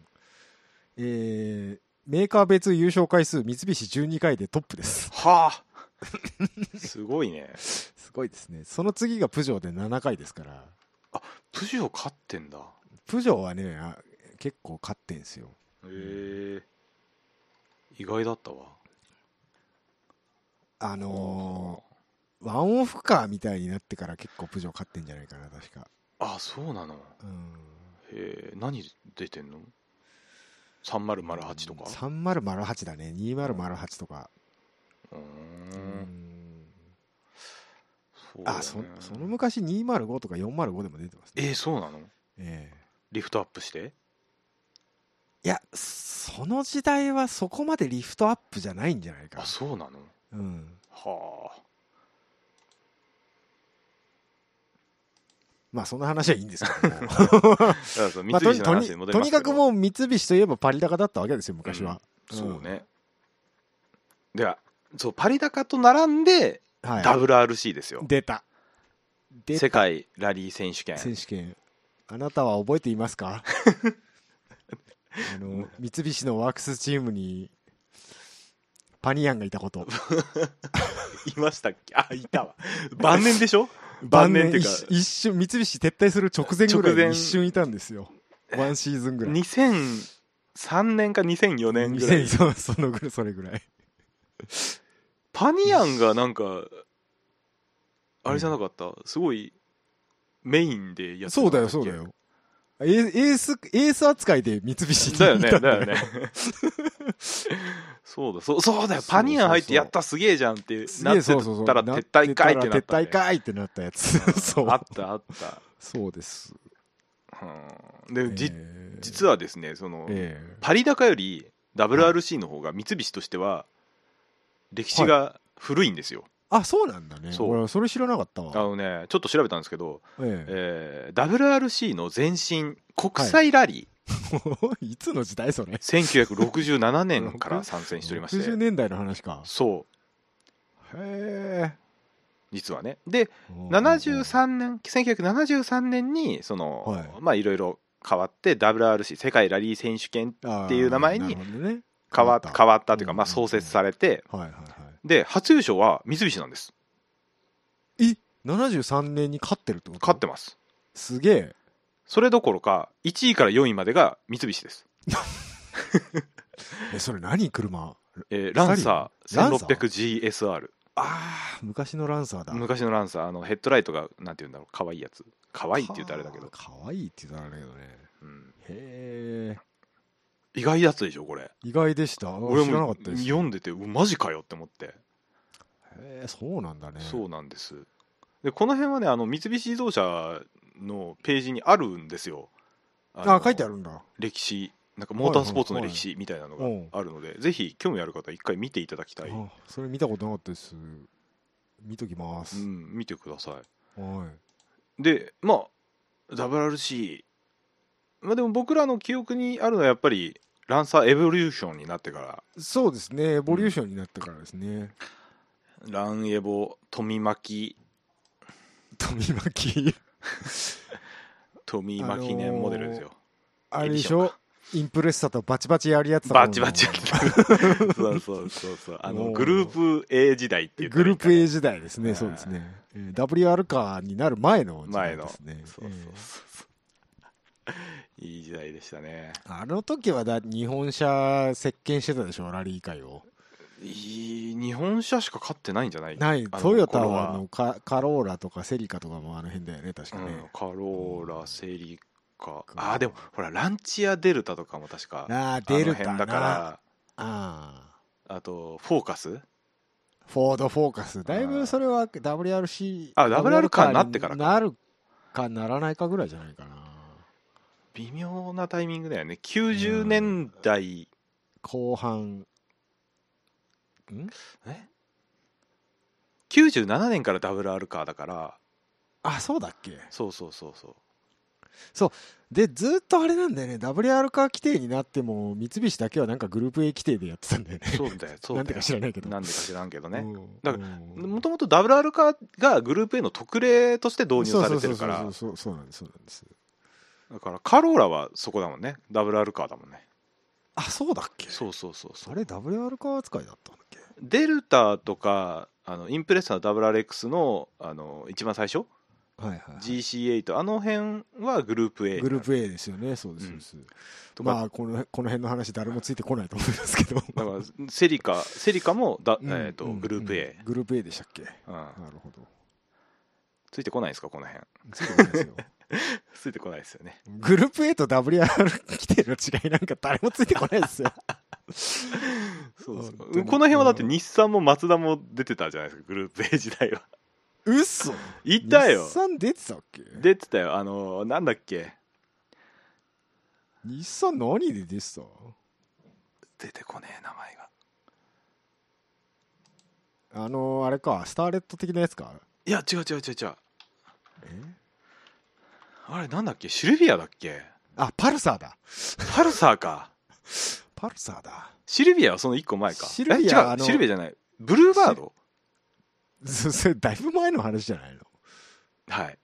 A: えーメーカー別優勝回数三菱12回でトップです。
B: は あすごいね
A: すごいですね。その次がプジョーで7回ですから、
B: プジョー勝ってんだ
A: プジョーはね、あ結構勝ってんすよ。
B: へえ意外だったわ
A: あのーワンオフカーみたいになってから結構プジョー勝ってんじゃないかな、確か。
B: あそうなの
A: うん
B: へえ何出てんの ?3008 とか
A: 3008だね2008とか
B: う
A: う
B: ーん
A: ん
B: そうだね
A: あそその昔205とか405でも出てますね
B: えーそうなの
A: ええ
B: リフトアップして
A: いやその時代はそこまでリフトアップじゃないんじゃないか
B: あそうなの
A: うん
B: はあ
A: まあそんな話はいいんですけど も
B: だからその
A: まあ
B: 三
A: とに
B: 菱の
A: と
B: 話に戻
A: に
B: り
A: と
B: ます
A: に
B: けど
A: かくもう三菱といえばパリ高だったわけですよ昔は、
B: そうねではそうパリ高と並んで
A: はい
B: WRC ですよ
A: 出た出
B: 世
A: た
B: 界ラリー選手権
A: 選手権あなたは覚えていますかあの三菱のワークスチームにパニヤンがいたこと
B: いましたっけあいたわ晩年でしょ 晩
A: 晩
B: 年
A: 年
B: っていうか
A: 一一瞬三菱撤退する直前ぐら
B: 直
A: い
B: 前
A: に一瞬いたんですよワンシーズンぐらい
B: 2003年か2004年ぐらい
A: 2000そう そのぐらいそれぐらい
B: パニヤンがなんかあれじゃなかったすごいメインでやって
A: そうだ
B: なか
A: よそ
B: ったっ
A: う
B: け
A: だよエーエースエース扱いで三菱に
B: だよ
A: い
B: ね
A: た ん
B: だよねそうだそうそうだよパニヤン入ってやったすげえじゃんって
A: すげ
B: な
A: え
B: ってた
A: そう
B: ら
A: そうそう
B: 撤退かいってなったね
A: 撤退かいってなったやつ そう
B: あったあった
A: そうです
B: うんで、じ実
A: は
B: はですねその、
A: ええ
B: パリ高より WRC の方が三菱としては歴史が古いんですよ、
A: あそうなんだね
B: そう
A: 俺それ知らなかった
B: あ
A: わ、
B: のねちょっと調べたんですけど、
A: え
B: えー WRC の前身国際ラリ
A: え、 いつの時代それ
B: ー、1967年 から参戦しておりまし
A: 60
B: て
A: 年代の話か
B: そう
A: へえ
B: 実はねで73年1973年にその、
A: はい
B: まあいろいろ変わって WRC 世界ラリー選手権っていう名前に
A: あーなるほどね
B: 変わ
A: 変わ
B: っ
A: った
B: 変わったというか、
A: うん
B: まあ、創設されて
A: はいはいはい
B: で初優勝は三菱なんです
A: え73年に勝ってるってこと
B: 勝ってます
A: すげえ
B: それどころか1位から4位までが三菱です、
A: えそれ何車
B: えーランサ
A: ラン
B: ー
A: サ
B: 1600GSR
A: ああ昔のランサーだ
B: 昔のランサーあのヘッドライトがなんて言うんだろう可愛いやつ可愛いって言ったらあれだけど
A: は、あ可愛いって言ったらあれだけどね
B: うん
A: へえ
B: 意外だったでしょこれ
A: 意外でした
B: 俺
A: 知らなか
B: も
A: ったです
B: 読んでてうマジかよって思って、
A: へえそうなんだね
B: そうなんですでこの辺はねあの三菱自動車のページにあるんですよ
A: あ書いてあ
B: る
A: るんだ
B: 歴史なんかモータースポーツの歴史みたいなのが
A: はいはいはい
B: あるのでぜひ興味ある方は一回見ていただきたい、う
A: あそれ見たことなかったです見ときます、
B: ん、見てください
A: はい
B: でまあ WRC まあでも僕らの記憶にあるのはやっぱりランサーエボリューションになってから
A: そうですねエボリューションになったからですね、
B: ランエボ富巻
A: 富 巻
B: 富巻年モデルですよ、
A: あれでし
B: エディション
A: ょインプレッサとバチバチやり合ってた頃の
B: バチバチやってるそうそうそうそうあの
A: おー
B: グループ A 時代っていう
A: グループ A
B: 時
A: 時代です
B: えー
A: ね、そうですね。えー WR カーになる前の時代ですね
B: 代。そうそうそうそういい時代でしたね
A: えーあの時はだ日本車席巻してたでしょ、ラリー界を。
B: いい日本車しか勝ってないんじゃない
A: ない、
B: あの
A: トヨタ
B: 頃
A: はあのカカローラとかセリカとかもあの辺だよね、確か
B: うん
A: ね。
B: カローラセリカ
A: うん
B: あーでもほらランチアデルタとかも確か
A: ああ、
B: あの
A: デルタ
B: 辺
A: な。
B: だから
A: あ
B: あとフォーカス
A: ーフォードフォーカス。だいぶそれは WRC。
B: あ WR カーになってからか
A: なるかならないかぐらいじゃないかな。
B: 微妙なタイミングだよね90年代、
A: 後半。ん
B: え97年から WR カーだから
A: あ、そうだっけ
B: そうそうそうそう
A: でずっとあれなんだよね WR 化規定になっても三菱だけはなんかグループ A 規定でやってたんだよね
B: そ うだよそ
A: な
B: うだよ
A: んでか知らないけど
B: なんでか知らんけ どね
A: だ
B: だ
A: か
B: からもともと WR カーがグループ A の特例として導入されてるから
A: そうそうそうそうそうそうなんですそうなんです
B: だからカローラはそこだもんね WR カーだもんね
A: あそうだっけ
B: そうそうそうそ
A: あ
B: う
A: れ WR カー扱いだったんだっけ
B: デルタとかあのインプレッサの WRX のあの一番最初
A: はいはいはい、
B: GC8 あの辺はグループ A
A: グループ A ですよねそうですそううんです、
B: とか、
A: まあこのこの辺の話誰もついてこないと思いますけ ど
B: だからセリカセリカもだ、
A: うん
B: えー、と
A: うん
B: グループ A
A: うん、グループ A でしたっけな
B: うん
A: るほど
B: ついてこないですかこの辺
A: ついてこないです よ
B: ついてこないですよね
A: グループ A と WR 来てる違いなんか誰もついてこないですよ
B: そうそ
A: 本
B: うこ
A: 当に
B: の辺はだって日産もマツダも出てたじゃないですかグループ A 時 代は
A: うっそ
B: いたよ
A: 日産出てたっけ
B: 出てたよあのなんだっけ
A: 日産何で出てた
B: 出てこねえ名前が
A: あのあれかスターレット的なやつか
B: いや違う違う違う違う
A: え
B: あれなんだっけシルビアだっけ
A: あパルサーだ
B: パルサーか
A: パルサーだ
B: シルビアはその一個前か
A: シルビア
B: え違う
A: あの
B: シルビアじゃないブルーバード
A: そそれだいぶ前の話じゃないの
B: はい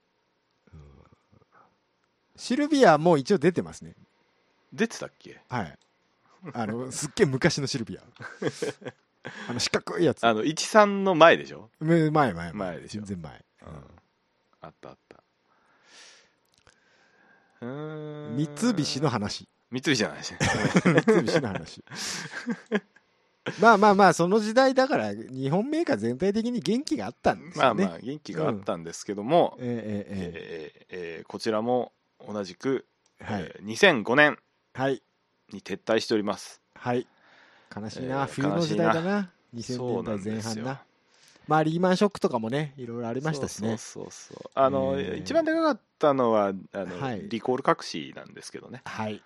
A: シルビアも一応出てますね
B: 出てたっけ
A: はいあの すっげえ昔のシルビア あの四角いやつ
B: あの13の前でしょ、
A: め前前
B: 前でしょ
A: 全然前、
B: うん、あったあったうーん
A: 三菱の 話
B: 三菱じゃないし
A: 三菱の話 まあまあまあその時代だから日本メーカー全体的に元気があったんです
B: まあ
A: よね、
B: まあ元気があったんですけども、
A: ええ
B: え
A: え
B: ーえーこちらも同じく、
A: えええはい
B: えー2005年
A: はい
B: に撤退しております
A: はい悲しいな、
B: えー
A: 冬の時代だな2000年代前
B: そう
A: 半
B: な
A: なん
B: ですよ
A: まあリーマンショックとかもねいろいろありましたしね
B: そうそうそうそうあの、
A: えー
B: 一番でかかったのはあの、
A: はい
B: リコール隠しなんですけどね、
A: はい。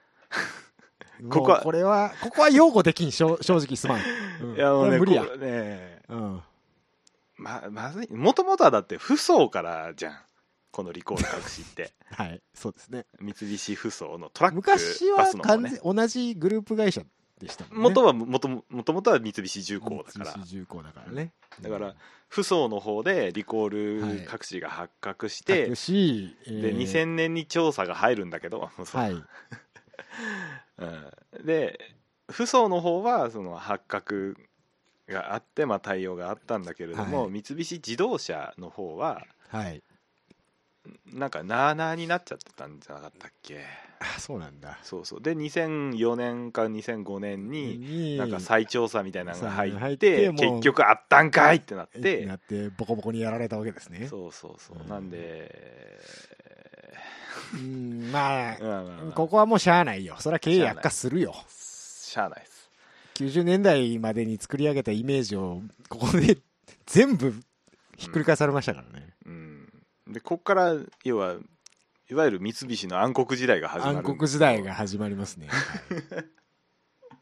B: こ
A: こ
B: こ
A: こ
B: は
A: は、これは、ここは擁護できん、しょ正直すまん。うん
B: いやも
A: こ
B: う
A: れ
B: ね
A: 無理や
B: こ。れね
A: うん。
B: ままずいもともとはだって不走からじゃんこのリコール隠しって
A: はい、そうですね。
B: 三菱不走のトラック
A: 昔
B: バ
A: は
B: スの方
A: 完
B: ね
A: 全、同じグループ会社でしたもんね。
B: 元はもともともとは三菱重工だから
A: 三菱重工だからね。
B: だから不走の方でリコール隠しが発覚して、
A: だし、えー
B: で2000年に調査が入るんだけど、もうそ
A: はい。
B: うんで不走の方はその発覚があって、まあ、対応があったんだけれども、
A: はい
B: 三菱自動車の方は
A: はい。
B: なんかなあなあになっちゃってたんじゃなかったっけ
A: あ、そうなんだ。
B: そうそうで2004年か2005年に
A: に
B: なんか再調査みたいなのが入
A: さ入
B: っ
A: っててもう
B: 結局あったんかいってなっ
A: って
B: て
A: なって、ボコボコにやられたわけですね。
B: そうそうそう、
A: うん
B: なんで、
A: うん、まあ
B: うん、まあまあ
A: ここはもうしゃあないよ。それは経営悪化するよ。
B: しゃあないです
A: 90年代までに作り上げたイメージをここで 全部ひっくり返されましたからね、
B: うんでここから要はいわゆる三菱の暗黒時代が始まる
A: 暗黒時代が始まり ますねはい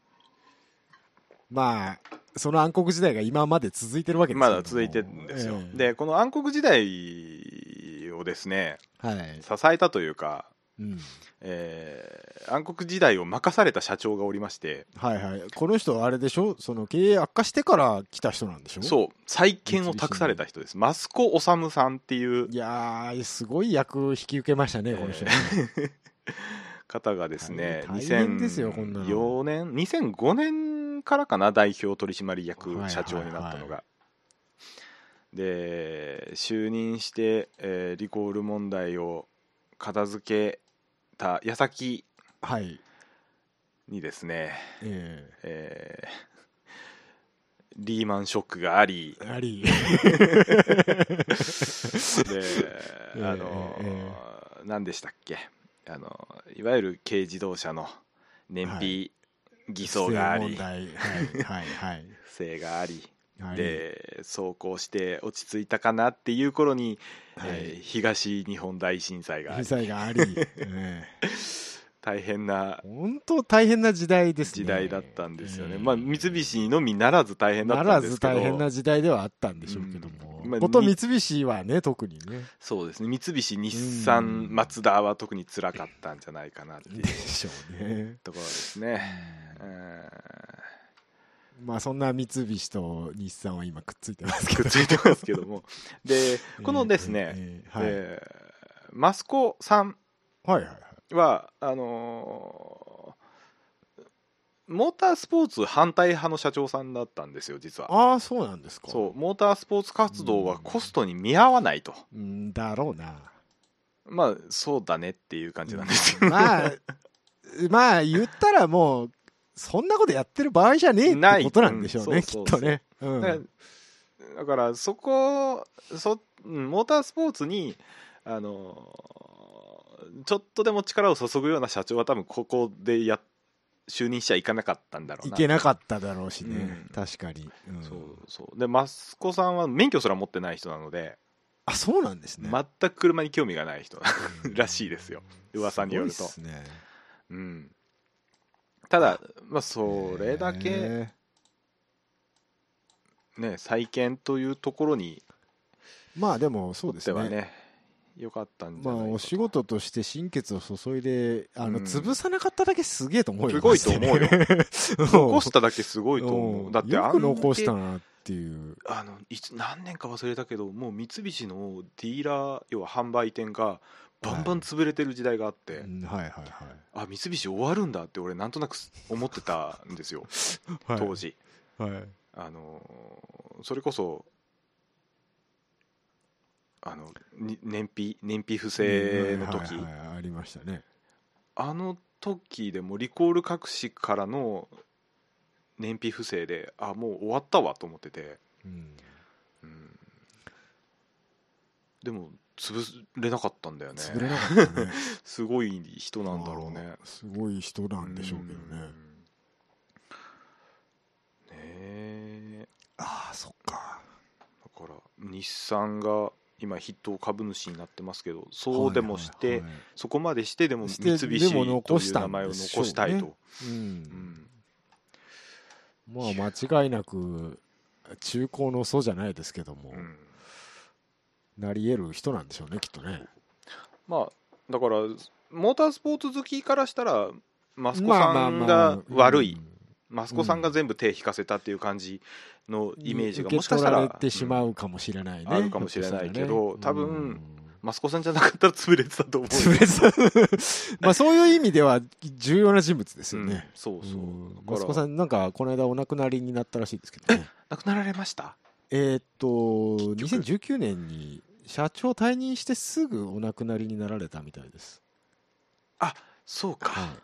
A: まあその暗黒時代が今まで続いてるわけですけ
B: ま
A: ども
B: だ続いてるんですよ、
A: ええ
B: でこの暗黒時代をですね
A: はい、
B: 支えたというか、
A: うん、
B: えー暗黒時代を任された社長がおりまして
A: はいはいこの人あれでしょその経営悪化してから来た人なんでしょう
B: そう再建を託された人ですマスコ・オサムさんっていう
A: いやーすごい役引き受けましたねこの人ね、
B: 方がですね
A: 大変ですよこんなの
B: 2004年2005年からかな代表取締役
A: はい
B: 社長になった
A: は
B: のが、
A: いは
B: で就任して、えーリコール問題を片付けた矢先
A: はい
B: にですね、
A: え
B: えーリーマンショックがあり
A: えあり
B: で、
A: え
B: あの、
A: え
B: 何でしたっけあのいわゆる軽自動車の燃費偽装があり、
A: 不正問題はいはいはい
B: 不正があり、
A: はい
B: で走行して落ち着いたかなっていう頃に、
A: はい
B: えー東日本大震災があ
A: 被
B: り
A: 災があり、ええ
B: 大変な
A: 本当大変な時代ですね
B: 時代だったんですよね、
A: ええ
B: まあ三菱のみならず大変だ
A: な
B: った
A: ら
B: んで
A: ず
B: すけど
A: 大変な時代ではあったんでしょうけども、
B: うんまあ
A: こと三菱はね特にね
B: そうですね三菱日産
A: うん
B: マツダは特に辛かったんじゃないかなっていう
A: でしょうね
B: ところですね、うん
A: まあそんな三菱と日産は今くっついてますけ
B: く
A: ど
B: っついてます けどもでこのですね、
A: ええええ
B: えーマスコさん
A: はいはいはいはい
B: はあのーモータースポーツ反対派の社長さんだったんですよ実は
A: ああ、そうなんですか。
B: そうモータースポーツ活動はコストに見合わないと、
A: うんだろうな。
B: まあそうだねっていう感じなんですよ、
A: まあ、まあ、言ったらもう、そんなことやってる場合じゃねえってことなんでしょう
B: な
A: ね、
B: い
A: きっとね。うん
B: だからだからそこそうんモータースポーツにあのちょっとでも力を注ぐような社長は多分ここでや就任しちゃいかなかったんだろう
A: い
B: な
A: けなかっただろうしね、
B: うん
A: 確かに、うん
B: そうそうでマスコさんは免許すら持ってない人なので、
A: あ、そうなんですね。
B: 全く車に興味がない人 らしいですよ
A: うん
B: 噂によると
A: すごいっすね
B: うんただまあそれだけ
A: へ
B: ね再建というところに
A: ーまあ、でも、そ
B: と
A: う
B: っ
A: です
B: て
A: ね。
B: はね良かったんじ
A: ま
B: ゃ
A: あ、
B: ないかと
A: お仕事として心血を注いで、あの、
B: うん
A: 潰さなかっただけすげえと思うよ。
B: すごいと思う よ残し
A: す
B: ただけすごいと思うだってあ
A: よ
B: んだ
A: く
B: け
A: 残したなっていう。
B: あのいつ何年か忘れたけどもう三菱のディーラー要は販売店がバンバン潰れてる時代があって、
A: うんはいはいはい。
B: あ三菱終わるんだって俺なんとなく思ってたんですよ当時、
A: はい。はい。
B: あのーそれこそあのに燃費燃費不正の時、
A: うんはいはいはいありましたね。
B: あの時でもリコール隠しからの燃費不正であもう終わったわと思ってて、
A: うん
B: うんでも潰れなかったんだよね
A: 潰れなかったね。
B: すごい人 なんだろうね
A: あーすごい人なんでしょうけど
B: うん
A: ね
B: ね。え
A: ああ、そっか。
B: だから日産が今筆頭株主になってますけどそうでもして、
A: はいはいはい
B: そこまでしてでも
A: し
B: 三
A: て
B: 菱
A: でも残
B: とい
A: し
B: う
A: た
B: 名
A: んで
B: 前を残
A: しょうね
B: したいと、
A: う。
B: うんん
A: まあ、間違いなく、中高の祖じゃないですけども、
B: うん
A: なり得る人なんでしょうね、きっとね。
B: まあだからモータースポーツ好きからしたらマスコ
A: まあ
B: さんが悪い、
A: まあまあ
B: マスコさんが全部手引かせたっていう感じ
A: う
B: の
A: ん
B: イメージが
A: 受
B: も
A: け
B: しか
A: 取
B: した
A: ら
B: ら
A: れてしま
B: うん
A: うかもしれないね。
B: あるかもしれないけど
A: ひょっとしたらね
B: 多分マスコさんじゃなかったら潰れてたと思うよ
A: 潰れた まあそういう意味では重要な人物ですよ
B: うん
A: ね。
B: そうそう
A: うん
B: だから
A: 息子さん、なんかこの間お亡くなりになったらしいですけど ね。
B: 亡くなられました
A: えーっと、
B: 結
A: 2019年に社長退任してすぐお亡くなりになられたみたいです。
B: そうか、
A: はい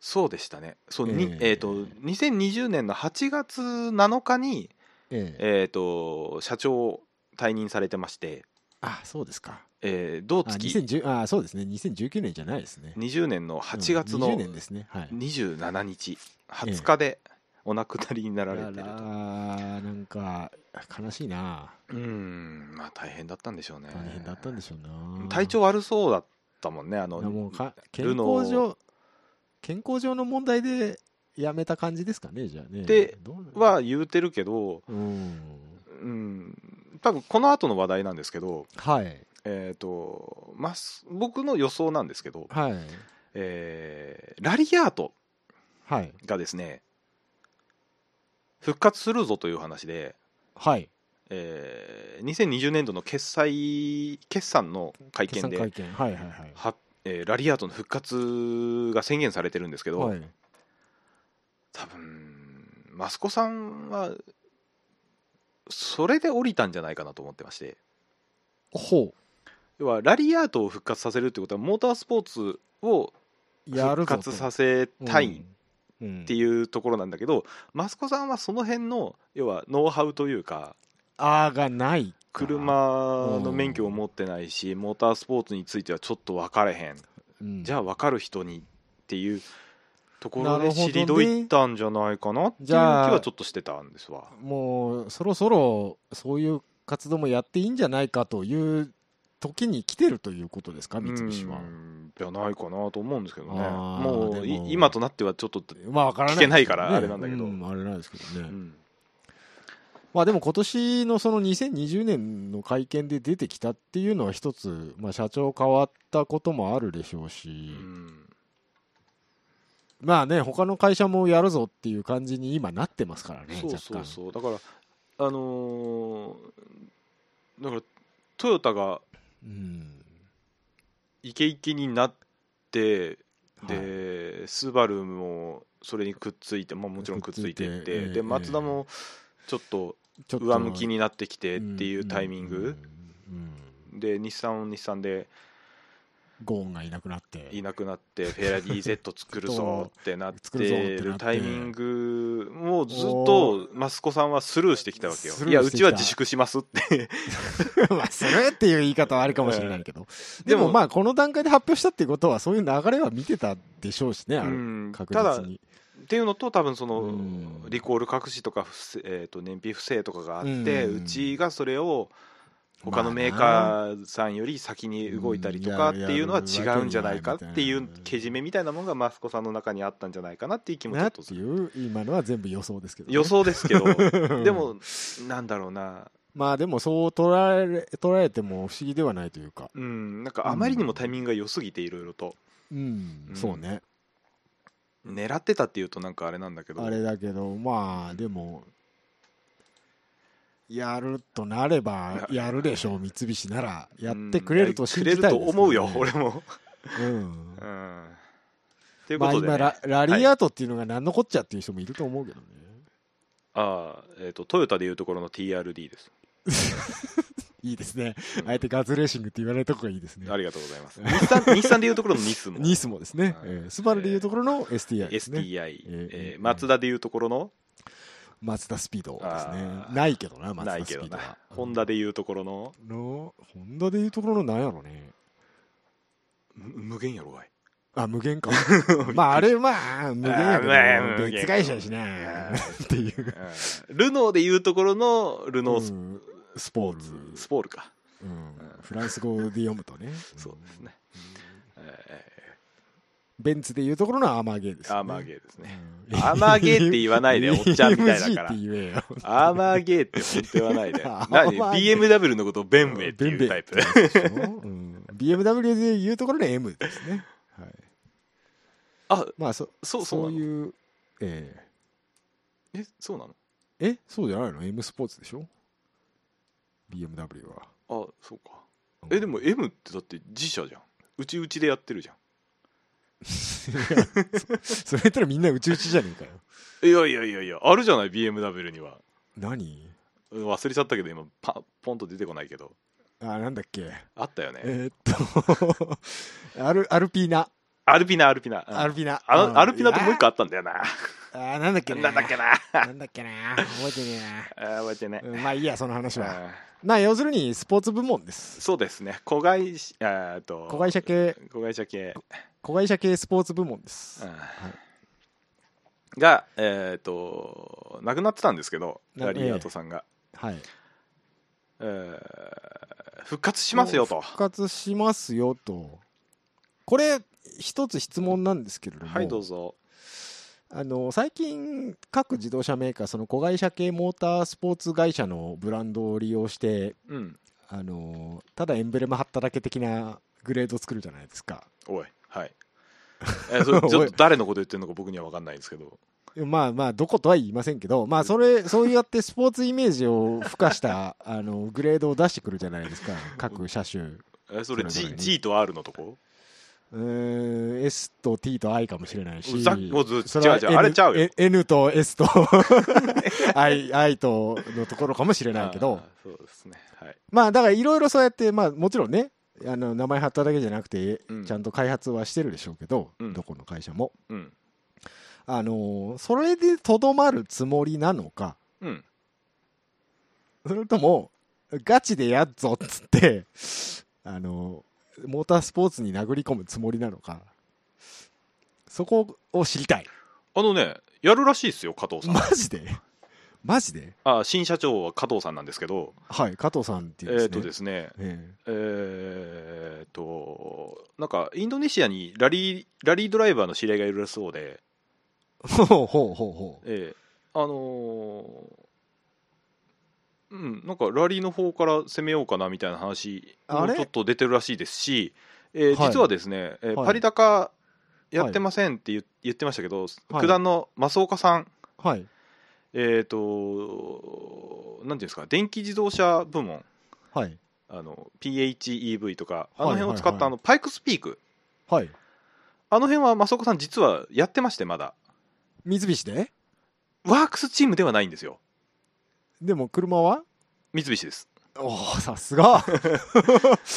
B: そうでしたねそう、
A: ええ
B: にえー、と2020年の8月7日に、
A: ええ
B: えー、と社長を退任されてまして、
A: あ、そうですか。
B: えー同
A: あ、
B: 月
A: 2010あそうですね。2019年じゃないですね。
B: 20年の8
A: う
B: 月
A: ん
B: の
A: 20年ですね。はい。
B: 27日20日でお亡くなりになら
A: あ
B: れ
A: ら
B: てると
A: ーなんか悲しいな。
B: うんまあ大変だったんでしょうね
A: 大変だったんでしょうな。
B: 体調悪そうだったもんねあの
A: いやもうか健
B: ルノー
A: 康上健康上の問題でやめた感じですかねじゃあね。
B: で
A: どう
B: は言うてるけど、
A: うん
B: うん、多分この後の話題なんですけど、
A: はい
B: えー、とマス僕の予想なんですけど、
A: はい
B: えーラリアート
A: はい
B: がですね復活するぞという話で、
A: はい
B: えー2020年度の決済決算の会
A: 決
B: 見
A: 算会
B: で
A: 見はいはいはい
B: は、えーラリアートの復活が宣言されてるんですけど、
A: はい
B: 多分マスコさんはそれで降りたんじゃないかなと思ってまして
A: ほ
B: 要はラリアートを復活させるってことはモータースポーツを
A: うやる
B: 復
A: ぞ
B: 活させたいっ
A: って
B: いうところなんだけど、マスコさんはその辺の要はノウハウというか
A: あーがないか
B: 車の免許を持ってないしモータースポーツについてはちょっと分かれへん
A: うん
B: じゃあ分かる人にっていうとこ
A: な
B: ろ
A: る
B: で
A: ほどね
B: 退いたんじゃないかなっていう気
A: じゃあ
B: はちょっとしてたんですわ。
A: もうそろそろそういう活動もやっていいんじゃないかという時に来てるということですか三菱は
B: う。んじゃないかなと思うんですけどね
A: あー
B: もうい
A: でも
B: 今となってはちょっと、
A: まあわからない、
B: 聞けないからあれなんだけど
A: うあれなんですけどね。
B: うん
A: まあでも今年のその2020年の会見で出てきたっていうのは一つ、まあ社長変わったこともあるでしょう
B: う
A: し、
B: ん
A: まあね、他の会社もやるぞっていう感じに今なってますからね、
B: そう
A: 若
B: そう
A: 干。
B: そうだからあのーだからトヨタが
A: うん。
B: イケイケになって
A: はい
B: で、スバルもそれにくっついて、まあ、もちろんくっついてい
A: くっ
B: っ
A: つい
B: て、
A: てええ
B: で松田もちょっと
A: ちょっと
B: 上向きになってきてっていうタイミング、
A: うんうん
B: で日産は日産で
A: ゴーンがいなくなって
B: いなくなってフェラリー Z 作るぞってなっ
A: 作るぞって
B: て
A: なっ
B: る
A: て
B: タイミングもずっ
A: お
B: と益子さんはスルーしてきたわけよ
A: スルーしてきた
B: いやうちは自粛しますって
A: まあそれっていう言い方はあるかもしれないけど、で
B: でも
A: もまあこの段階で発表したっていうことはそういう流れは見てたでしょうしね、あ
B: う
A: る
B: ん
A: 確
B: ただ
A: 実
B: っ
A: に
B: ていうのと多分その、
A: うん
B: リコール隠しとか不正、えー、と燃費不正とかがあって、
A: う
B: うんちがそれを他のメー
A: まあな
B: カーさんより先に動いたりとかっていうのは違うんじゃないかっていうけじめみたいなものが益子さんの中にあったんじゃないかなっていう気もちょ
A: な
B: っ
A: っ
B: とす
A: て
B: る
A: いう今のは全部予想ですけど、ね、
B: 予想ですけど
A: うん
B: でもなんだろうな
A: まあでもそう捉えれ捉えても不思議ではないというか
B: うんなんかあまりにもタイミングが良すぎていろいろと
A: うん、
B: うん
A: そうね
B: 狙ってたっていうとなんかあれなんだけど
A: あれだけどまあでもやるとなればやるでしょう三菱ならやってくれると信じたいですけどね、
B: くれると思うよ俺も
A: うん
B: うんというこ
A: まあ
B: とで
A: 今
B: ね
A: ララリアートっていうのが何のこっちゃっていう人もいると思うけどね、
B: ああえーとトヨタでいうところの TRD です
A: い、いですね
B: うん
A: あえてガズレーシングって言われるとこがいいですね
B: ありがとうございます。日産日産でいうところのニスモ。
A: ニースもですね、えースバルでいうところの STI ですね、
B: STI、
A: ええ
B: え
A: え
B: ーマツダでいうところの、
A: マツダスピードですね
B: あー
A: ないけどなマツ
B: な
A: ダ
B: い
A: ス
B: け
A: ピ
B: ど
A: ードは
B: な、ホンダでいうところの、
A: のホンダでいうところのなんやろね
B: む無限やろ、おい。
A: あ無 限かまああれま あ無限やけど、
B: あーまあ無限
A: 別会社やしなっていう
B: うんルノーでいうところの、ルノース,、
A: うんスポーツ、
B: スポールか。
A: うん、フランス語で読むとね
B: そうですね。え
A: ベンツでいうところのアーマーゲーです、
B: ー
A: ね、
B: アーマーゲーですね。
A: うん
B: アーマーゲーって言わない で、おっちゃんみたいだか
A: AMG
B: ら
A: っ。て言えよ
B: アーマーゲーって本当言わない で。
A: アーマーゲー
B: 何 ?BMW のことをベンウェイっていうタイプ。
A: ベンベイって言うでしょうん BMW でいうところの M ですね、はい、
B: あ、
A: まあそ
B: そう、
A: そ
B: そううなの。
A: いうえ
B: え、そうなの
A: ーえそうじゃないの M スポーツでしょ BMW は、
B: あ、そうか。
A: うん
B: えでも M ってだって自社じゃんうちうちでやってるじゃ
A: それ言ったらみんなうちうちじゃねえかよ
B: んいやいやいやいやあるじゃない BMW には
A: 何
B: うん忘れちゃったけど今パポンと出てこないけど
A: あなんだっけ
B: あったよね
A: えーっと アルアルピーナ
B: アルピナアルピナ、うん
A: アルピーナ
B: あ
A: う
B: の
A: ん
B: アルピナともう一個あったんだよな
A: あーなんだっけ
B: なんだっけな あ
A: なんだっけな覚えてね
B: ー覚えてね
A: えな、うんまあいいやその話は
B: あー
A: まあ要するにスポーツ部門です
B: そうですね子会社えと
A: 子会社系
B: 子会社系、
A: 子会社系スポーツ部門です、
B: うんがえっ、と亡くなってたんですけど
A: な
B: ラリアートさんが、
A: はい
B: えー復活しますよと
A: 復活しますよとこれ一つ質問なんですけれども、
B: はいどうぞ
A: あの最近各自動車メーカーその子会社系モータースポーツ会社のブランドを利用して
B: うん
A: あのただエンブレム貼っただけ的なグレードを作るじゃないですか
B: おい はいえそれちょっと誰のこと言ってるのか僕には分かんないんですけど
A: まあまあどことは言いませんけどまあそれそうやってスポーツイメージを付加した あのグレードを出してくるじゃないですか各車種
B: えそ
A: それぞ
B: れ
A: れ
B: G,
A: に
B: G と R のとこ
A: うーん S と T と I かもしれないし
B: ざっもうず
A: それは
B: 違う違うあれちゃうよ
A: N, N と S と I, I とのところかもしれないけど
B: あーそうですねはい
A: まあだからいろいろそうやってまあもちろんねあの名前貼っただけじゃなくて
B: うん
A: ちゃんと開発はしてるでしょうけど、
B: うん
A: どこの会社も
B: うん
A: あのーそれでとどまるつもりなのか
B: うん
A: それともガチでやっぞっつってあのーモータースポーツに殴り込むつもりなのかそこを知りたい
B: あのねやるらしいですよ加藤さん、
A: マジでマジで
B: あ新社長は加藤さんなんですけど
A: はい加藤さんってい
B: え
A: うんです
B: っとで
A: ね
B: すね
A: ええ
B: えーっとなんかインドネシアにラリーラリードライバーの知り合いがいるそうで
A: ほうほうほうほう
B: ええあのーうん、なんかラリーの方から攻めようかなみたいな話
A: あ
B: も
A: れ
B: ちょっと出てるらしいですし、えー
A: はい
B: 実はですね、えー
A: はい
B: パリ高やってませんって言,、言ってましたけど、
A: はい
B: 九段の増岡さん、
A: はい
B: えー、となんていうんですか、電気自動車部門、
A: はい
B: あの PHEV とか、あの
A: はい
B: 辺を使っ
A: はい
B: た
A: はい
B: あのパイクスピーク、
A: はい
B: あの辺は増岡さん、実はやってまして、まだ。
A: 三菱で
B: ワークスチームではないんですよ
A: でも車は
B: 三菱です
A: おおさすがは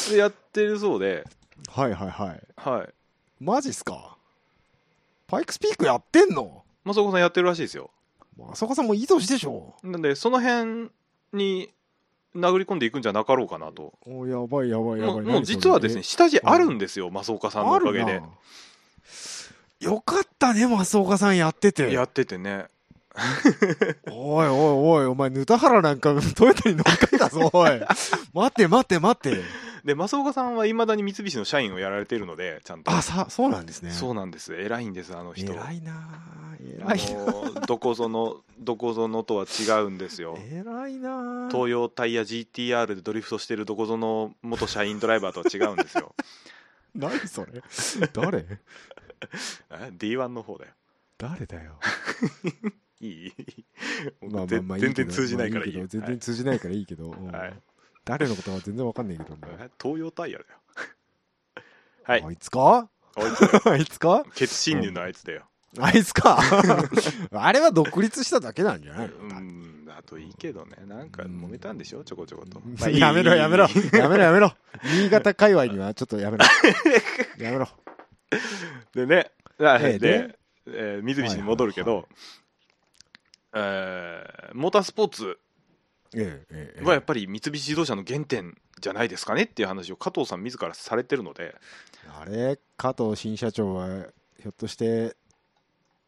A: い
B: でやってるそうで
A: はいはい
B: はい
A: マジっすかパイクスピークやってんの
B: 正子さんやってるらしいですよ
A: まさかさんもいい年でしょ
B: なんでその辺に殴り込んでいくんじゃなかろうかなと
A: おやばいやばいやばい
B: もう
A: 何
B: もう
A: それ
B: 実はですね下地あるんですよ正岡さんのおかげ
A: あ
B: で
A: るなよかったね増岡さんやってて
B: やっててね
A: おいおいおいお前ヌタハラなんかトヨタに乗っかったぞお い待て待て待て
B: で正岡さんはいまだに三菱の社員をやられてるのでちゃんと
A: あさそうなんですね
B: そうなんです偉いんですあの人
A: 偉いな
B: あ
A: 偉い
B: のどこぞのどこぞのとは違うんですよ
A: 偉いな
B: 東洋タイヤ GTR でドリフトしてるどこぞの元社員ドライバーとは違うんですよ
A: 何それ誰
B: え D1 の方だよ
A: 誰だよ
B: いい
A: まあまあまあいい
B: 全
A: け
B: 然
A: ど
B: 通じないからいい
A: まあ
B: よ
A: けど全然通じないからいいけど、うん
B: はい
A: 誰のことか全然わかんないけども
B: はいえ東洋タイヤだよはい
A: あいつか
B: あいつだよ
A: あいつか
B: 血侵入のあいつだよ
A: あいつか あれは独立しただけなんじゃないの、
B: うんあといいけどねなんか揉めたんでしょちょこちょこと、まあいい
A: やめろやめろやめろやめろ新潟界隈にはちょっとや めろやめろ
B: でね、あ
A: ええ
B: で
A: で
B: えー三菱に戻るけど、えーモータースポーツ
A: えええええ
B: はやっぱり三菱自動車の原点じゃないですかねっていう話を加藤さん自らされてるので、
A: えあれ加藤新社長はひょっとして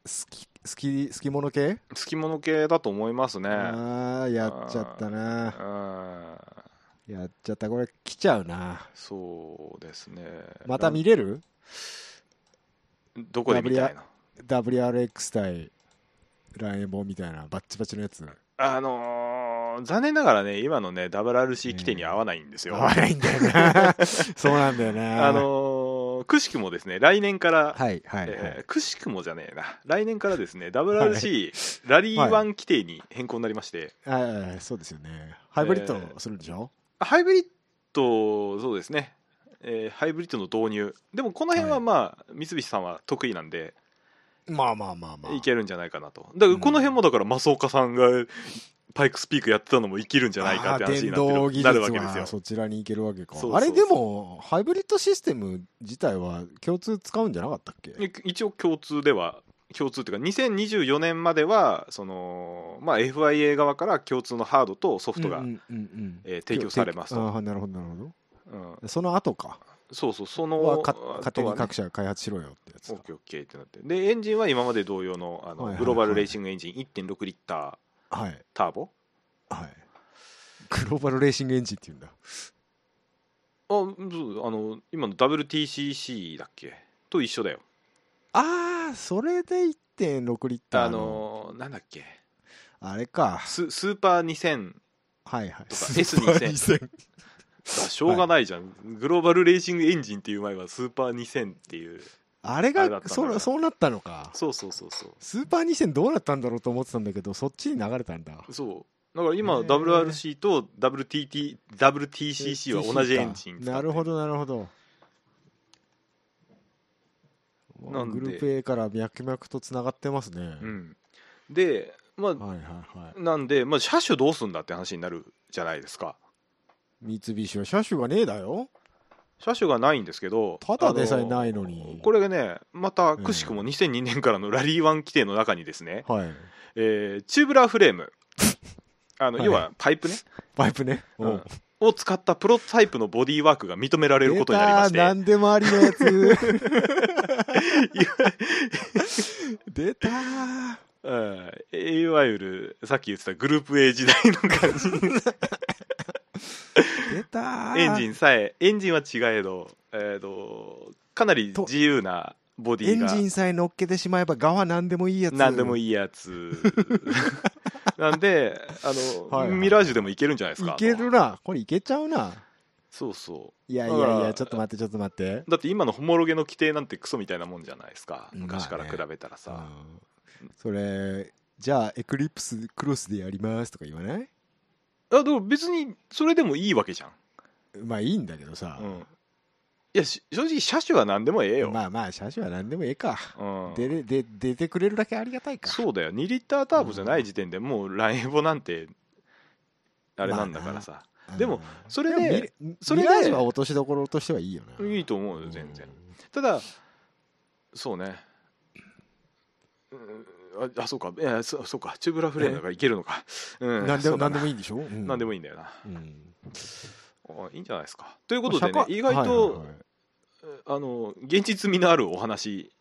A: 好き好き好き者系、
B: つきもの系だと思いますね。うん
A: ああやっちゃったなやっちゃったこれ来ちゃうな
B: そうですね。
A: また見れる
B: どこで見たいな。
A: WRX 対ランエボみたいなバッチバチのやつ
B: あのー残念ながらね、今のね、WRC 規定に合わないんですよ。
A: 合わないんだよ なそうなんだよな
B: あのーくしくもですね、来年から
A: はいはいはい、
B: えーくしくもじゃねえな来年からですね WRC ラリー1規定に変更になりまして、
A: はいはいはいそうですよねハイブリッドするんでしょ、
B: ハイブリッドそうですね、えーハイブリッドの導入でもこの辺は
A: はい
B: まあ、三菱さんは得意なんで
A: まあまあまあまあ
B: いけるんじゃないかなとだからこの辺もだから増岡さんがパイクスピークやってたのもいけるんじゃないかって話になって
A: あ
B: る
A: ー電動技
B: なるわ
A: 術
B: けです
A: は
B: よ
A: そちらに行けるわけか
B: そうそうそう
A: あれでもハイブリッドシステム自体は共通使うんじゃなかったっけ
B: い一応共通では共通というか2024年まではその、まあ、FIA 側から共通のハードとソフトが、
A: うんうんうんうん
B: えー提供されますと
A: ああなるほどなるほ
B: うん
A: どその後か
B: そうそうその
A: はか
B: あ
A: 勝手
B: とは
A: に
B: ね
A: 各社開発しろよってやつ
B: オッ
A: だ
B: ケーオッケーってなってでエンジンは今まで同様のあ
A: は
B: の、
A: いはいはい
B: グローバルレーシングエンジン1.6リッター
A: はい
B: ターボ
A: はいグローバルレーシングエンジンっていうんだ
B: あそうあの今の WTCC だっけと一緒だよ
A: ああそれで1.6リッタ
B: あ
A: ーの
B: のなんだっけ
A: あれか
B: ススーパー2000
A: はいはい
B: とか
A: スーパ ー
B: S2000 だしょうがないじゃん、グローバルレーシングエンジンっていう前はスーパー2000っていう
A: あれ
B: あれだ
A: が
B: ったんだ
A: そうそうなったのか
B: そうそうそうそう
A: スーパー2000どうなったんだろうと思ってたんだけどそっちに流れたんだ
B: そうだから
A: へ
B: 今
A: ー
B: WRC と WTT WTCC は同じエンジン使って
A: なるほどなるほど
B: なんで
A: グループ A から脈々とつながってますね、
B: うんでまあ
A: はいはいはい
B: なんで、まあ、車種どうすんだって話になるじゃないですか
A: 三菱は車種がねえだよ
B: 車種がないんですけど
A: ただでさえないいのに
B: これがねまたくしくも2002年からのラリー1規定の中にですね、
A: はい
B: えーチューブラーフレームあの、
A: はい
B: 要はパイプね、
A: パイプね、
B: うん
A: うん
B: を使ったプロトタイプのボディーワークが認められることになりまし
A: 出た
B: て
A: 何でもありのやつ出た
B: うんいわゆるさっき言ってたグループ A 時代の感じ
A: 出た
B: エンジンさえエンジンは違えど、えー、とかなり自由なボディ
A: エ
B: ー
A: ン
B: が
A: ジンさえ乗っけてしまえば側何でもいいやつ
B: なんでも
A: い
B: いいや つなんであの、
A: はいはい
B: ミラージュでもいけるんじゃないですか
A: けるなこれいけちゃうな
B: そうそ
A: いやい
B: だ
A: やい
B: か
A: や
B: ら
A: ちょっと待ってちょっと待って
B: うだって今のホモロゲの規定なんてクソみたいなもんじゃないですか
A: うん
B: 昔から
A: まあ
B: 比
A: ね
B: べたらさ、
A: うんそれじゃあエクリプスクロスでやりますとか言わない
B: あでも別にそれでもいいわけじゃん、
A: まあいいんだけどさ、
B: うんやし正直車種は何でもええよ、
A: まあまあ車種は何でもええか、
B: うん、
A: 出れで出てくれるだけありがたいか
B: そうだよ2リッターターボじゃない時点でもうラインボなんてあれなんだからさ、
A: うん
B: でもそれで
A: もミレ
B: それで
A: ミラージュは落としどころとしてはいいよないい
B: いと思うよ全然、ただそうねうんああそうかいやそそうかチューブラフレームだからいけるのか、うん、
A: 何で
B: そ
A: も
B: う
A: 何
B: だ
A: で
B: な
A: もいいんでしょ、うん
B: 何でもいいんだよな
A: うん
B: あいいんじゃないですかということで
A: まあ釈
B: ね
A: 迦
B: 意外
A: はいはい
B: と
A: はい
B: あの現実味のあるお話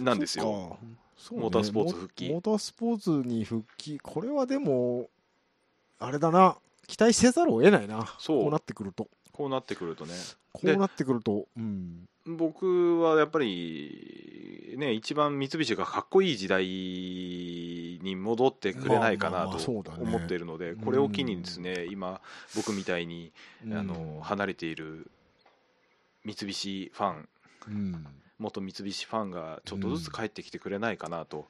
B: なんですよ
A: そっかそうね
B: モータースポーツ復帰
A: モモータースポーツに復帰これはでもあれだな期待せざるを得ないな
B: そう
A: こうなってくると
B: こうなってくるとね
A: こ
B: で
A: うなってくるとうん
B: 僕はやっぱりね一番三菱がかっこいい時代に戻ってくれないか
A: ま
B: な
A: あまあまあ
B: と
A: そうだね
B: 思っているのでこれを機にですね今僕みたいに
A: うん
B: あの離れている三菱ファン
A: うん
B: 元三菱ファンがちょっとずつ帰ってきてくれないかなと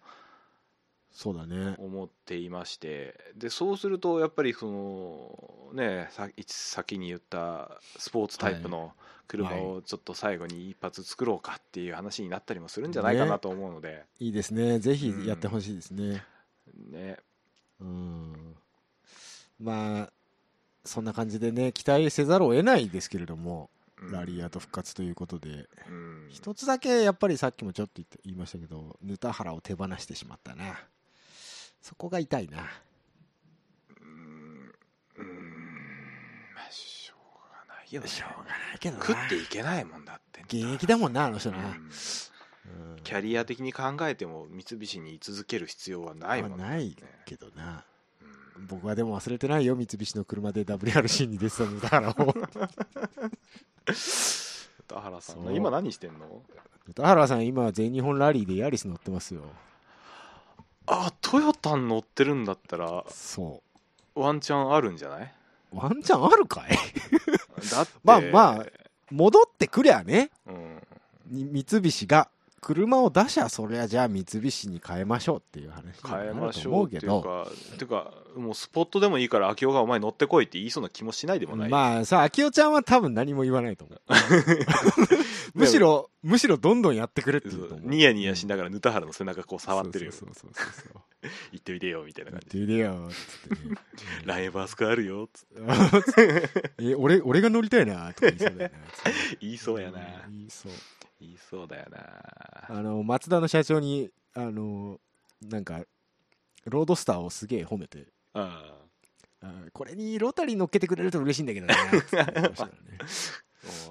A: そうだね
B: 思っていましてでそうするとやっぱりそのねさ先に言ったスポーツタイプの車
A: は
B: をちょっと最後に一発作ろうかっていう話になったりもするんじゃないかなと思うので、
A: いいですねぜひやってほしいですね
B: ね
A: うんまあそんな感じでね期待せざるを得ないですけれども
B: うん
A: ラリアート復活ということで
B: うん
A: 一つだけやっぱりさっきもちょっと言って言いましたけどヌタハラを手放してしまったなそこが痛いな
B: うんうんまあしょうがないよね
A: しょうがないけどな
B: 食っていけないもんだって
A: 現役だもんなあの人な、
B: うんキャリア的に考えても三菱に居続ける必要はな
A: ないい
B: もんだ
A: ないけどな
B: うん
A: 僕はでも忘れてないよ三菱の車で WRC に出てたのだから もう
B: 田原さん
A: そう
B: 今何してんの
A: 田原さん今全日本ラリーでヤリス乗ってますよ
B: あトヨタに乗ってるんだったら
A: そ
B: ワンチャンあるんじゃないう
A: ワンチャンあるかい
B: だって
A: まあま戻ってくりゃね
B: あ、うん、
A: に三菱が車を出しゃそりゃじゃあ三菱に変えましょうっていう話に
B: 変え
A: な
B: ま
A: ると
B: し
A: 思
B: ょう
A: う
B: って
A: け
B: いう
A: ど
B: かてかもうスポットでもいいから秋夫がお前乗ってこいって言いそうな気もしないでもない、
A: まあさ、秋代ちゃんは多分何も言わない と思う。むしろ、むしろどんどんやってくれって
B: そ
A: 言うと
B: う
A: 思う。
B: ニヤニヤしながらヌタハラの背中こう触ってるよ
A: そうそうそうそうそう
B: 行っておいでよみたいな
A: やっ
B: 感じ
A: てみれよ、つってね。
B: ライバースクあるよつって
A: え、俺、俺が乗りたいな、とか言いそうだよな。
B: 言いそうやな
A: 言いそう。
B: 言いそうだよな
A: あの、松田の社長に、あの、なんか、ロードスターをすげえ褒めて、
B: あ
A: あこれにロータリー乗っけてくれると嬉しいんだけどな、つって言って ましたからね。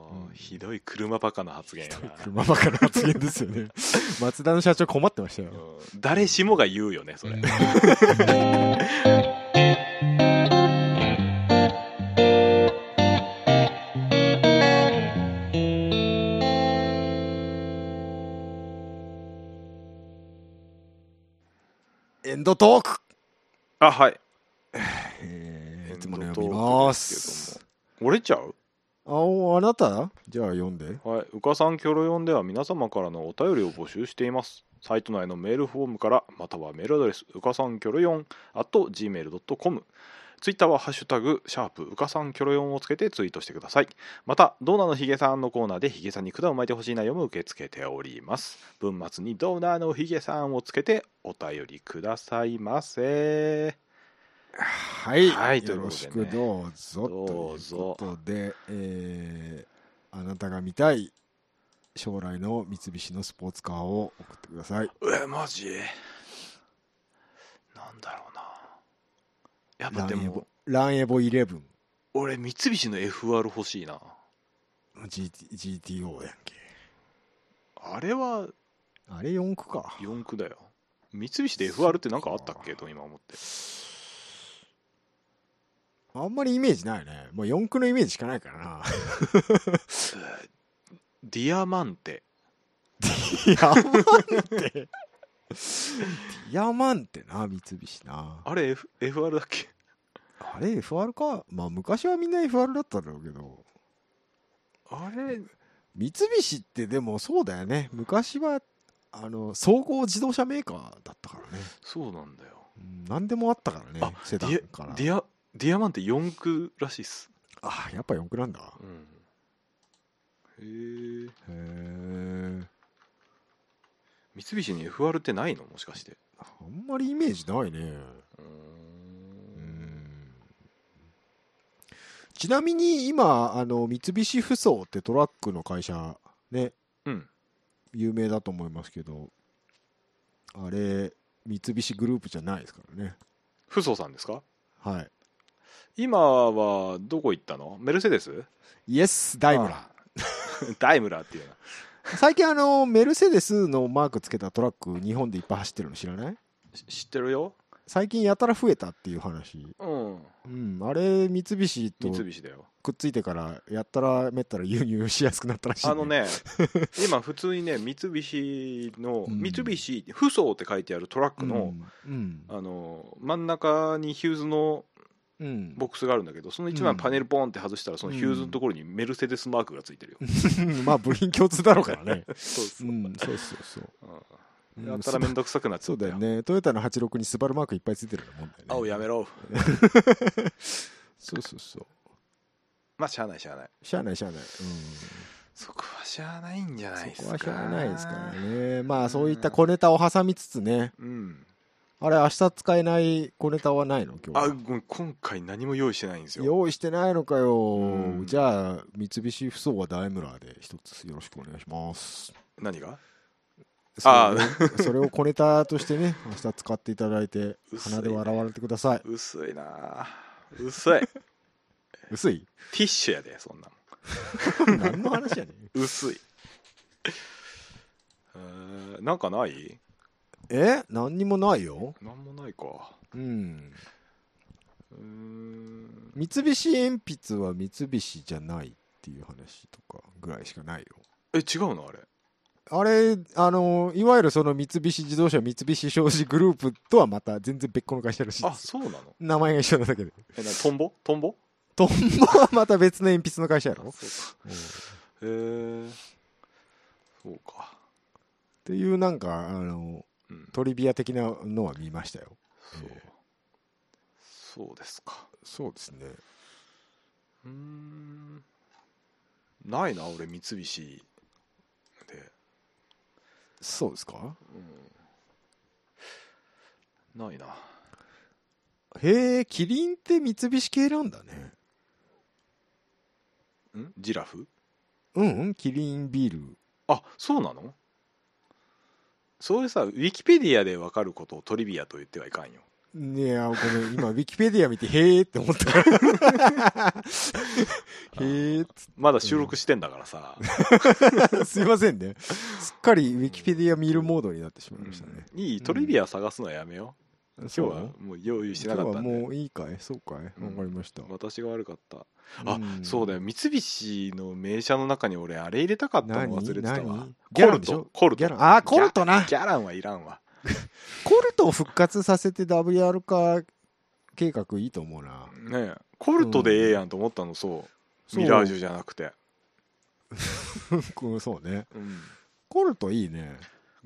B: もう
A: うん
B: ひどい車バカな発言やな
A: 車ばかの発言ですよね。松田の社長困ってましたよ。
B: うん誰しもが言うよねそれ
A: エンドトーク
B: あはい
A: えー、いつ
B: エン
A: も
B: ド
A: の
B: ト
A: 読み
B: ーク
A: ま
B: です
A: す
B: けども。折れちゃう
A: あおあなたじゃあ読んで。
B: はい、うかさんキョロヨンでは皆様からのお便りを募集しています。サイト内のメールフォームから、またはメールアドレス、うかさんキョロヨン、あと gmail.com。ツイッターはハッシュタグ、シャープうかさんキョロヨンをつけてツイートしてください。また、ドーナのひげさんのコーナーでひげさんに管を巻いてほしい内容も受け付けております。文末にドーナのひげさんをつけてお便りくださいませ。
A: はい、
B: はいとい
A: よ
B: うこ
A: ろ
B: とで
A: し
B: ね
A: くどうぞ
B: ど
A: と
B: う
A: いう
B: ぞ
A: ことで、えーあなたが見たい将来の三菱のスポーツカーを送ってください。
B: え、マジなんだろうな。やっ
A: ラ
B: ぱで
A: ンエ
B: も
A: ボ。ランエボ11、
B: 俺三菱の FR 欲しいな
A: GT GTO やんけ。
B: あれは
A: あれ4区か。
B: 四駆だよ三菱で FR って何かあったっけと今思って
A: あんまりイメージないね。もう4区のイメージしかないからな。
B: ディアマンテ
A: ヤマンテ。ヤマンテな、三菱な。
B: あれ、F、FR だっけ
A: あれ FR かまあ昔はみんな FR だったんだろうけど
B: あれ
A: 三菱ってでもそうだよね昔はあの総合自動車メーカーだったからね、
B: そうなんだよ
A: うん、何でもあったからね
B: あ
A: セ
B: デ
A: ダン
B: ィ
A: か
B: ア
A: ら
B: ディアディアマンテ四駆らしいっす
A: あやっぱ四駆なんだ
B: うんへえ
A: へえ
B: 三菱に FR ってないのもしかして
A: あんまりイメージないね
B: う
A: うんんちなみに今あの三菱ふそうってトラックの会社ね
B: うん
A: 有名だと思いますけどあれ三菱グループじゃないですからね
B: フソさんですか
A: はい
B: 今はどこ行ったのメルセデス
A: イエスダイムラー
B: あー ダイムラーっていうな
A: 最近あのメルセデスのマークつけたトラック日本でいっぱい走ってるの知らない
B: し知ってるよ
A: 最近やたら増えたっていう話
B: うん
A: うんあれ三菱と
B: 三菱だよ
A: くっついてからやったらめったら輸入しやすくなったらしい、
B: あの ね今普通にね三菱の
A: うん
B: 三菱フソって書いてあるトラッ
A: う
B: ク
A: ん
B: の、
A: うん
B: あの真ん中にヒューズの
A: うん
B: ボックスがあるんだけどその一枚パネルポンって外したらそのヒューズのところにメルセデスマークがついてるよ、
A: まあ部品共通だろうからね
B: そうそうう、うん
A: んそうそうそう
B: やったら面倒くさくなっちゃ
A: そう
B: っ
A: だ
B: た
A: よねトヨタの86にスバルマークいっぱいついてるようなもんだよね
B: 青やめろ
A: そうそうそう
B: まあしゃあないしゃあない
A: しゃあないしゃあない、
B: そこはしゃあないんじゃない
A: うん、
B: です
A: そ
B: か
A: こはしゃあないですからねまあそういった小ネタを挟みつつね
B: うん
A: あれ明日使えない小ネタはないの今
B: あ
A: 日は
B: ごめん今回何も用意してないんですよ
A: 用意してないのかよ、
B: うん
A: じゃあ三菱ふそうはダイムラーで一つよろしくお願いします
B: 何が
A: それ
B: あ
A: をそれを小ネタとしてね明日使っていただいて
B: 薄いね
A: 鼻で笑われてくださ い
B: 薄いなあ薄い テ
A: 薄い
B: ィッシュやでそんなもん
A: 何の話やねん
B: 薄いえーなんかない
A: え何にもないよ
B: なんもないか
A: うん
B: うーん
A: 三菱鉛筆は三菱じゃないっていう話とかぐらいしかないよ
B: え違うのあれ
A: あれあのいわゆるその三菱自動車三菱商事グループとはまた全然別個の会社らしい
B: あ
A: です
B: そうなの
A: 名前が一緒なだけで
B: えなトンボトンボ
A: トンボはまた別の鉛筆の会社や
B: あ
A: ろっ
B: そうかへえそうか
A: ていうなんかあの
B: うん
A: トリビア的なのは見ましたよ
B: そう
A: ええ
B: そうですか
A: そうですね
B: うーんないな俺三菱で
A: そうですか
B: うんないな
A: へえキリンって三菱系なんだね
B: んジラフ
A: うんうんキリンビール
B: あそうなのそういうさウィキペディアで分かることをトリビアと言ってはいかんよ
A: ねえあごめん今ウィキペディア見てへえって思っ たからへえっつ
B: まだ収録してんだからさ、
A: ってすいませんねすっかりウィキペディア見るモードになってしまいましたね、
B: うんいいトリビア探すのはやめよ
A: 今
B: う、今日はもう用意してなかった
A: 今
B: ん
A: 日は
B: で
A: もういいかいそうかいわかりました、
B: 私が悪かったあ、
A: ん
B: そうだよ三菱の名車の中に俺あれ入れたかったの忘れてたわ
A: 何
B: コ
A: 何
B: ル
A: ギャランでしょ
B: トコル
A: ギ
B: ト
A: ャランあーコルトな
B: ギャランはいらんわ
A: コルトを復活させて WR 化計画いいと思うな
B: ねえコルトでええやんと思ったのそうミラージュじゃなくて
A: ュそうね
B: うん
A: コルトいいね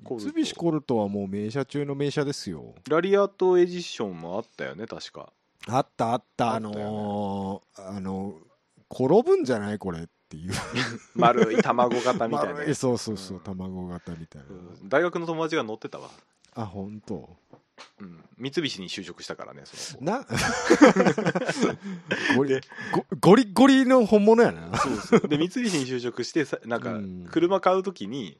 B: コルト
A: 三菱コルトはもう名車中の名車ですよ
B: ラリアットエディションもあったよね確か
A: あったあった
B: あ
A: あ
B: ったよね
A: のーあの転ぶんじゃないこれっていう
B: 丸い卵型みたいな
A: 丸い そうそうそう
B: うん
A: 卵型みたいな
B: うん大学の友達が乗ってたわ、
A: あ本当
B: うん、三菱に就職したからねその
A: な ゴリゴゴリゴリの本物やな
B: 子そうそうで三菱に就職してさなんか
A: うん
B: 車買う時に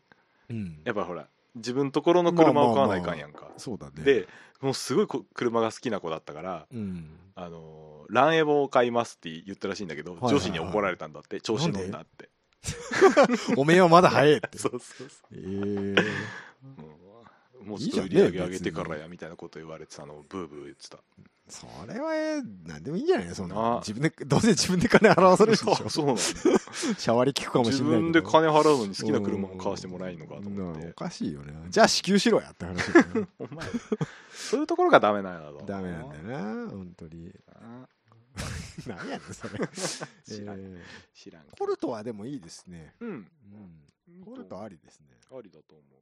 A: うん
B: やっぱほら自分ところの車を買わないかんやんか、
A: そうだね
B: でもうすごいこ車が好きな子だったから
A: うん
B: あのーランエボを買いますって言ったらしいんだけど、
A: いはいはい
B: 上司に怒られたんだって調子乗んなって
A: おめえはまだ早いって
B: そうそうそ
A: えー
B: う、うんもう
A: いい
B: ち
A: じ
B: ょ
A: ゃん
B: っと売
A: ね
B: り上げ上げてからやみたいなこと言われてたのをブーブー言ってた
A: それはえーなんでもいいんじゃないそんな
B: な
A: 自分でどうせ自分で金払わされるでしょ
B: そうそうなんだ
A: シャワリ効くかもし
B: 自
A: れないけど
B: 分で金払うのに好きな車も買わしてもらえんのかと思っ
A: うんお
B: て
A: かしいよねじゃあ支給しろやって話だよね
B: お前そういうところがダメなんだと
A: ダメなんだよな本当に
B: な
A: 何やねんそれ、え
B: 知らん
A: ー
B: 知らんけど
A: コルトはでもいいですね、
B: うん
A: うん、コルトありですね
B: ありだと思う